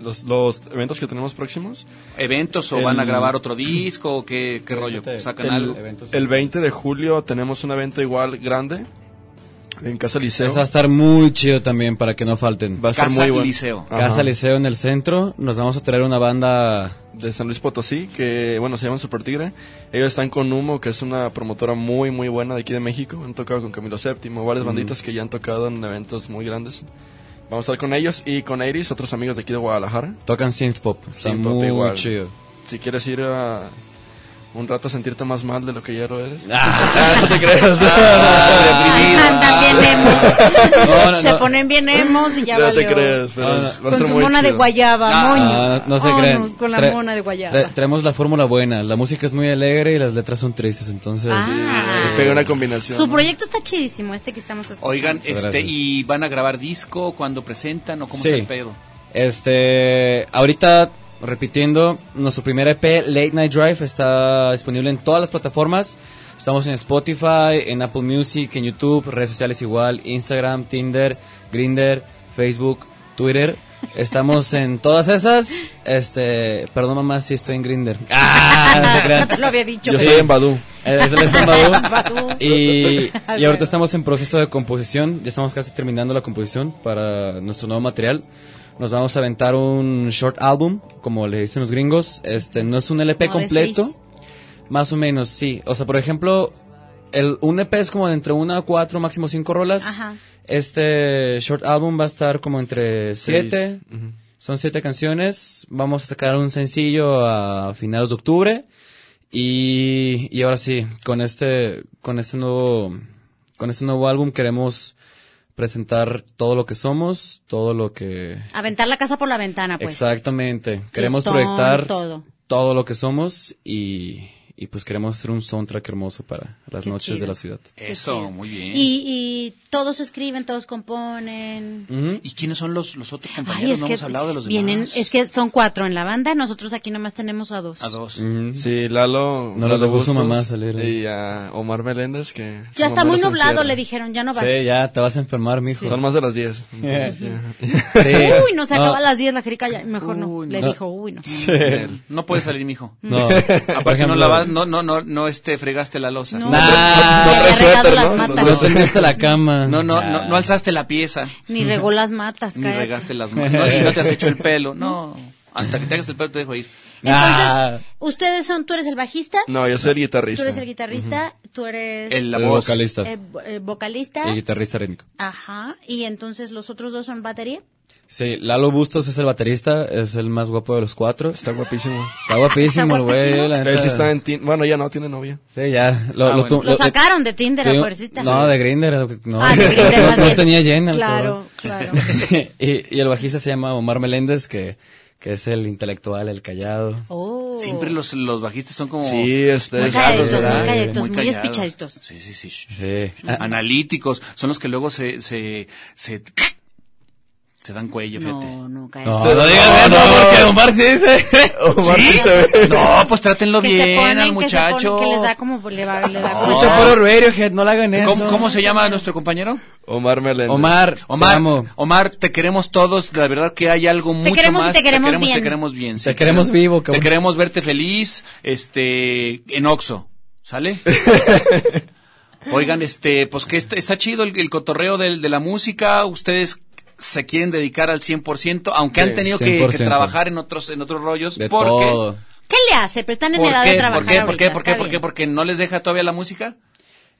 Speaker 8: Los, los eventos que tenemos próximos.
Speaker 1: ¿Eventos o
Speaker 8: El-
Speaker 1: van a grabar otro disco? o ¿Qué, qué rollo? ¿Sacan algo?
Speaker 8: El, el 20 de julio tenemos un evento igual grande en Casa Liceo.
Speaker 15: Eso va a estar muy chido también para que no falten.
Speaker 8: Va a estar Casa muy bueno. Liceo.
Speaker 15: Casa
Speaker 8: Ajá.
Speaker 15: Liceo en el centro. Nos vamos a traer una banda
Speaker 8: de San Luis Potosí, que bueno, se llaman Super Tigre. Ellos están con Humo, que es una promotora muy, muy buena de aquí de México. Han tocado con Camilo VII, varias
Speaker 15: Mm.
Speaker 8: banditas que ya han tocado en eventos muy grandes. Vamos a estar con ellos y con Iris, otros amigos de aquí de Guadalajara.
Speaker 15: Tocan synth pop. Está
Speaker 8: Synth pop
Speaker 15: muy
Speaker 8: igual.
Speaker 15: chido.
Speaker 8: Si quieres ir a un rato a sentirte más mal de lo que ya lo eres.
Speaker 15: Ah,
Speaker 8: no te creas.
Speaker 1: Ah,
Speaker 2: Ah, También emo.
Speaker 8: No, no,
Speaker 2: Se
Speaker 8: no.
Speaker 2: ponen bien emos y ya
Speaker 8: No
Speaker 2: valió.
Speaker 8: te crees, pero
Speaker 15: No, no.
Speaker 8: va a estar
Speaker 2: Con su
Speaker 15: muy
Speaker 2: mona de
Speaker 15: chido.
Speaker 2: guayaba, moño.
Speaker 15: Ah, no se
Speaker 2: Oh,
Speaker 15: creen.
Speaker 2: no, con la
Speaker 15: Tra-
Speaker 2: mona de guayaba.
Speaker 15: tra- traemos la fórmula buena. La música es muy alegre y las letras son tristes, entonces.
Speaker 2: Ah.
Speaker 8: Se pega una combinación.
Speaker 2: Su proyecto está chidísimo, este que estamos escuchando.
Speaker 1: Oigan,
Speaker 15: Muchas
Speaker 1: este,
Speaker 15: gracias.
Speaker 1: ¿y van a grabar disco cuando presentan o cómo
Speaker 15: Sí.
Speaker 1: está el pedo?
Speaker 9: Este, ahorita, repitiendo, nuestro primer EP, Late Night Drive, está disponible en todas las plataformas. Estamos en Spotify, en Apple Music, en YouTube, redes sociales igual, Instagram, Tinder, Grinder, Facebook, Twitter. Estamos en todas esas. Este, perdón mamá si estoy en Ah, Grinder.
Speaker 2: Lo había dicho.
Speaker 9: Yo
Speaker 2: Sí.
Speaker 9: soy en Badu. en
Speaker 2: Badoo.
Speaker 9: Badoo. Y, y ahorita
Speaker 2: Alberto.
Speaker 9: estamos en proceso de composición. Ya estamos casi terminando la composición para nuestro nuevo material. Nos vamos a aventar un short album, como le dicen los gringos. Este no es un LP
Speaker 17: Como de
Speaker 9: completo.
Speaker 17: seis.
Speaker 9: Más o menos, sí. O sea, por ejemplo, el, un EP es como de entre una a cuatro, máximo cinco rolas.
Speaker 17: Ajá.
Speaker 9: Este short album va a estar como entre
Speaker 8: Seis.
Speaker 9: siete.
Speaker 8: Ujú.
Speaker 9: Son siete canciones. Vamos a sacar un sencillo a finales de octubre. Y, y ahora sí, con este, con este nuevo, con este nuevo álbum queremos presentar todo lo que somos, todo lo que...
Speaker 2: Aventar la casa por la ventana, pues.
Speaker 9: Exactamente. Queremos
Speaker 2: Fiestón,
Speaker 9: proyectar
Speaker 2: todo.
Speaker 9: todo lo que somos y, y pues queremos hacer un soundtrack hermoso para las
Speaker 2: Qué
Speaker 9: noches
Speaker 2: chido.
Speaker 9: de la ciudad.
Speaker 2: Qué
Speaker 1: Eso,
Speaker 2: chido.
Speaker 1: muy bien.
Speaker 2: Y, y todos escriben, todos componen.
Speaker 1: ¿Y quiénes son los, los otros compañeros?
Speaker 2: Ay, es
Speaker 1: no
Speaker 2: que
Speaker 1: hemos hablado de los demás.
Speaker 2: vienen, es que son cuatro en la banda, nosotros aquí nomás tenemos a dos.
Speaker 1: A dos.
Speaker 8: Sí, Lalo.
Speaker 9: No
Speaker 8: Lalo
Speaker 9: les dejó su
Speaker 8: Bustos
Speaker 9: mamá salir, ¿eh?
Speaker 8: Y a Omar Meléndez, que. su
Speaker 2: Ya está
Speaker 8: mamá
Speaker 2: muy
Speaker 8: los
Speaker 2: nublado,
Speaker 8: encierra.
Speaker 2: le dijeron, ya no vas.
Speaker 9: ya te vas a enfermar, mijo.
Speaker 8: Son más de las 10.
Speaker 2: Uy, no se acaba a las 10 la jerica, ya, mejor
Speaker 1: Uy,
Speaker 2: no. Le
Speaker 1: no.
Speaker 2: dijo, uy, no.
Speaker 1: No puede salir, mijo.
Speaker 9: No. Por
Speaker 1: Aparte,
Speaker 9: ejemplo-
Speaker 1: no, lavas- no, no, no, no, este, fregaste la losa.
Speaker 2: No. Nah. No traes suéter, ¿no? No
Speaker 9: No tendiste la cama.
Speaker 1: No, no, no, no alzaste la pieza.
Speaker 2: Ni regó las matas,
Speaker 1: Ni
Speaker 2: cállate.
Speaker 1: regaste las manos. No, y no te has hecho el pelo. No. Hasta que te hagas el pelo te dejo ir.
Speaker 9: Ah.
Speaker 2: Entonces, ustedes son, tú eres el bajista,
Speaker 8: No, yo soy el guitarrista.
Speaker 2: tú eres el guitarrista, tú eres
Speaker 9: El- la El voz. vocalista.
Speaker 2: eh, vo- eh, vocalista.
Speaker 9: El guitarrista rítmico.
Speaker 2: Ajá, y entonces los otros dos son batería.
Speaker 9: Sí, Lalo Bustos es el baterista, es el más guapo de los cuatro. Está guapísimo. Está
Speaker 2: Está
Speaker 9: guapísimo el
Speaker 2: guapísimo.
Speaker 9: güey. la
Speaker 8: Él
Speaker 9: neta.
Speaker 8: sí está en Tin- Bueno, ya no, tiene novia.
Speaker 9: Sí, ya. Lo,
Speaker 8: Ah,
Speaker 9: lo
Speaker 8: bueno.
Speaker 9: tu-
Speaker 2: Lo sacaron de Tinder, a
Speaker 9: tuvimos-
Speaker 2: fuercita.
Speaker 9: No,
Speaker 2: Sí.
Speaker 9: de Grindr. No,
Speaker 2: Ah, de Grindr,
Speaker 9: no-
Speaker 2: más
Speaker 9: no
Speaker 2: bien.
Speaker 9: tenía llena. el
Speaker 2: Claro,
Speaker 9: cabrón.
Speaker 2: claro.
Speaker 9: y, y el bajista se llama Omar Meléndez, que, que es el intelectual, el callado.
Speaker 1: Siempre los, los bajistas son como.
Speaker 9: Sí, este,
Speaker 1: muy
Speaker 9: es-
Speaker 1: callados,
Speaker 9: Muy
Speaker 1: ¿verdad?
Speaker 9: calladitos,
Speaker 2: muy
Speaker 1: callados.
Speaker 2: espichaditos.
Speaker 1: Sí, sí, sí.
Speaker 9: Sí.
Speaker 1: Analíticos. Son los que luego se. se, se se dan cuello, fíjate. No,
Speaker 2: no, cállate.
Speaker 9: No, no digas eso, porque Omar sí dice. Omar sí se ve.
Speaker 1: No, pues trátenlo
Speaker 2: Que se
Speaker 1: bien
Speaker 2: ponen,
Speaker 1: al
Speaker 2: que se ponen,
Speaker 1: muchacho.
Speaker 2: Que, les da como, le va, le da como-
Speaker 9: Escucha puro Radiohead, no la hagan eso.
Speaker 1: ¿Cómo, cómo se llama nuestro compañero?
Speaker 8: Omar Meléndez.
Speaker 9: Omar,
Speaker 1: Omar,
Speaker 9: te amo.
Speaker 1: Omar, te queremos todos. La verdad que hay algo mucho
Speaker 2: queremos y
Speaker 1: más.
Speaker 2: te queremos
Speaker 1: te queremos,
Speaker 2: bien.
Speaker 1: te queremos bien. sí,
Speaker 9: Te queremos vivo,
Speaker 1: Te
Speaker 9: cabrón.
Speaker 1: queremos verte feliz, este, en Oxo, ¿sale? Oigan, este, pues que está, está chido el, el cotorreo del, de la música. Ustedes se quieren dedicar al 100%, aunque
Speaker 9: Sí,
Speaker 1: han tenido que- Que,
Speaker 9: 100%.
Speaker 1: trabajar en otros, en otros rollos.
Speaker 9: De
Speaker 1: porque,
Speaker 9: todo.
Speaker 2: ¿Qué le hace? Pero están en
Speaker 1: ¿Por
Speaker 2: edad de
Speaker 1: qué?
Speaker 2: trabajar
Speaker 1: ¿Por qué? ¿Por qué?
Speaker 2: ahorita,
Speaker 1: ¿Por qué?
Speaker 2: está
Speaker 1: ¿Por qué?
Speaker 2: bien.
Speaker 1: ¿Porque no les deja todavía la música?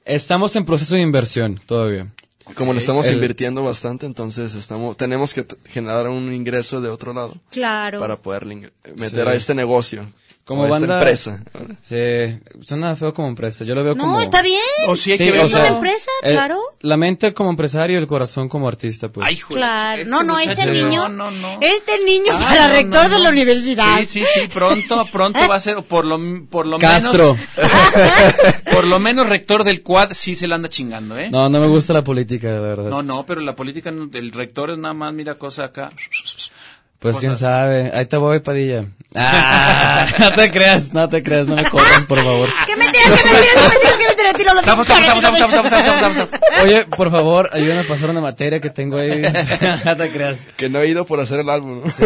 Speaker 9: Estamos en proceso de inversión todavía.
Speaker 8: Como le estamos
Speaker 9: El-
Speaker 8: invirtiendo bastante, entonces estamos tenemos que t- generar un ingreso de otro lado.
Speaker 2: Claro.
Speaker 8: Para poder ling- meter
Speaker 9: Sí.
Speaker 8: a este negocio.
Speaker 9: Como
Speaker 8: a esta
Speaker 9: banda.
Speaker 8: empresa.
Speaker 9: Sí, suena feo como empresa. Yo lo veo
Speaker 2: No,
Speaker 9: como.
Speaker 2: está bien. O sí, hay que ver-
Speaker 9: o eh,
Speaker 2: Es una empresa, claro.
Speaker 9: La mente como empresario y el corazón como artista, pues.
Speaker 2: Claro, no, no, este
Speaker 9: muchacho,
Speaker 2: niño,
Speaker 9: no,
Speaker 2: este niño
Speaker 1: Ah,
Speaker 2: para
Speaker 1: no,
Speaker 2: rector
Speaker 1: no, no.
Speaker 2: de la universidad.
Speaker 1: Sí, sí, sí, pronto, pronto va a ser por lo, por lo
Speaker 9: Castro.
Speaker 1: menos. Por lo menos rector del quad sí se la anda chingando, ¿eh?
Speaker 9: No, no me gusta la política, la verdad.
Speaker 1: No, no, pero la política, no- el rector es nada más, mira, cosa acá.
Speaker 9: pues quién sabe. Ahí te voy, Padilla. Ah, no te creas, no te creas, no me corras, por favor.
Speaker 2: ¿Qué mentiras, qué mentiras, qué mentiras, qué mentiras? Tiro los
Speaker 1: Zafo, zafo, zafo, zafo, zafo, zafo, zafo, zafo.
Speaker 9: Oye, por favor, ayúdame a pasar una materia que tengo ahí. no te creas.
Speaker 8: Que no he ido por hacer el álbum. ¿no?
Speaker 9: Sí.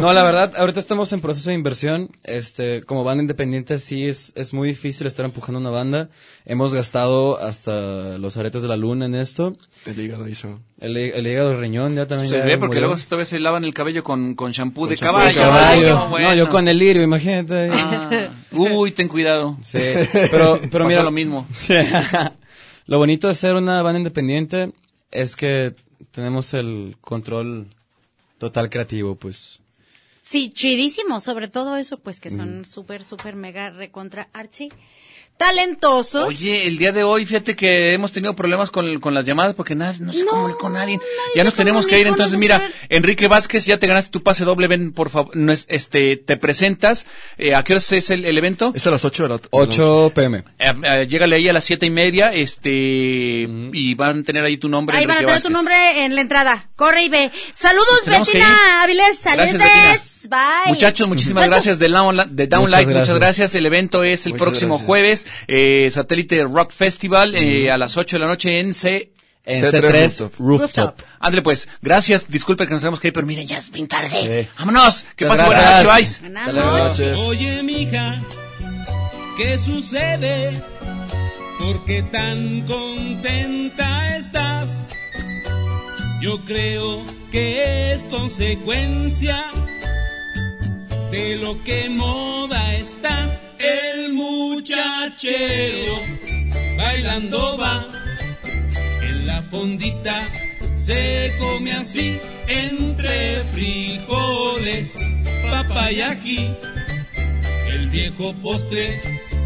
Speaker 9: No, la verdad, ahorita estamos en proceso de inversión. Este, como banda independiente, sí es, es muy difícil estar empujando una banda. Hemos gastado hasta los aretes de la luna en esto.
Speaker 8: El hígado hizo.
Speaker 9: El, hí- el hígado el riñón ya también.
Speaker 1: Se
Speaker 9: ya
Speaker 1: ve porque
Speaker 9: murió.
Speaker 1: luego se- todavía se lavan el cabello con, con shampoo de
Speaker 9: Champú de
Speaker 1: caballo.
Speaker 9: caballo.
Speaker 1: No, bueno. Ah.
Speaker 9: No, yo con el lirio, imagínate.
Speaker 1: Uy, ten cuidado.
Speaker 9: Sí, pero, pero
Speaker 1: Pasó
Speaker 9: mira.
Speaker 1: lo mismo.
Speaker 9: lo bonito de ser una banda independiente es que tenemos el control total creativo, pues.
Speaker 2: Sí, chidísimo, sobre todo eso, pues que son
Speaker 9: Mm.
Speaker 2: súper, súper mega recontra archi talentosos.
Speaker 1: Oye, el día de hoy, fíjate que hemos tenido problemas con, con las llamadas porque nada, no se comunicó nadie. Ya nos tenemos que ir,
Speaker 2: comunicó,
Speaker 1: entonces
Speaker 2: no
Speaker 1: mira,
Speaker 2: sé.
Speaker 1: Enrique Vázquez, ya te ganaste tu pase doble, ven por favor, no es- este, te presentas. Eh, ¿A qué hora es el, el evento?
Speaker 8: Es a las 8 de la
Speaker 9: 8 pm.
Speaker 1: Eh, eh, llégale ahí a las siete y media, este, y van a tener ahí tu nombre.
Speaker 2: Ahí van a
Speaker 1: Enrique
Speaker 2: tener tu
Speaker 1: Vázquez.
Speaker 2: nombre en la entrada. Corre y ve. Saludos,
Speaker 1: Pues tenemos que
Speaker 2: Betina Avilés. Saludos.
Speaker 1: Gracias, Betina.
Speaker 2: Bye.
Speaker 1: Muchachos, muchísimas gracias de, Down Li- de Down
Speaker 9: Muchas
Speaker 1: Life, muchas
Speaker 9: gracias.
Speaker 1: gracias. El evento es el
Speaker 9: Muchas
Speaker 1: próximo
Speaker 9: gracias.
Speaker 1: jueves, eh, Satélite Rock Festival, eh, a las 8 de la noche en C.
Speaker 9: En C3 Rooftop. Rooftop.
Speaker 1: Ándale pues, gracias, disculpen que nos tenemos que ir, pero miren, ya es bien tarde.
Speaker 9: Sí.
Speaker 1: Vámonos, que
Speaker 9: Muchas
Speaker 1: pasen buenas
Speaker 9: gracias.
Speaker 1: noches, bye.
Speaker 9: Hasta luego. Gracias.
Speaker 17: Oye, mija, ¿qué sucede? ¿Por qué tan contenta estás? Yo creo que es consecuencia de lo que moda está. El muchachero bailando va en la fondita. Se come así entre frijoles, papa y ají el viejo postre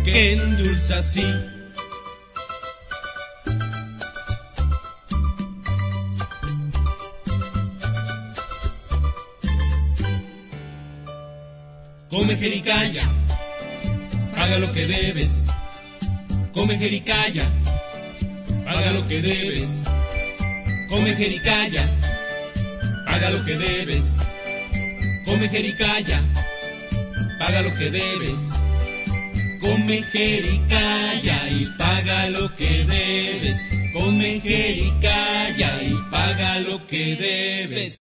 Speaker 17: que endulza así. Come jericaya, paga lo que debes. Come jericaya, paga lo que debes. Come jericaya, paga lo que debes. Come jericaya paga lo que debes. Come jericaya y paga lo que debes. Come jericaya y paga lo que debes.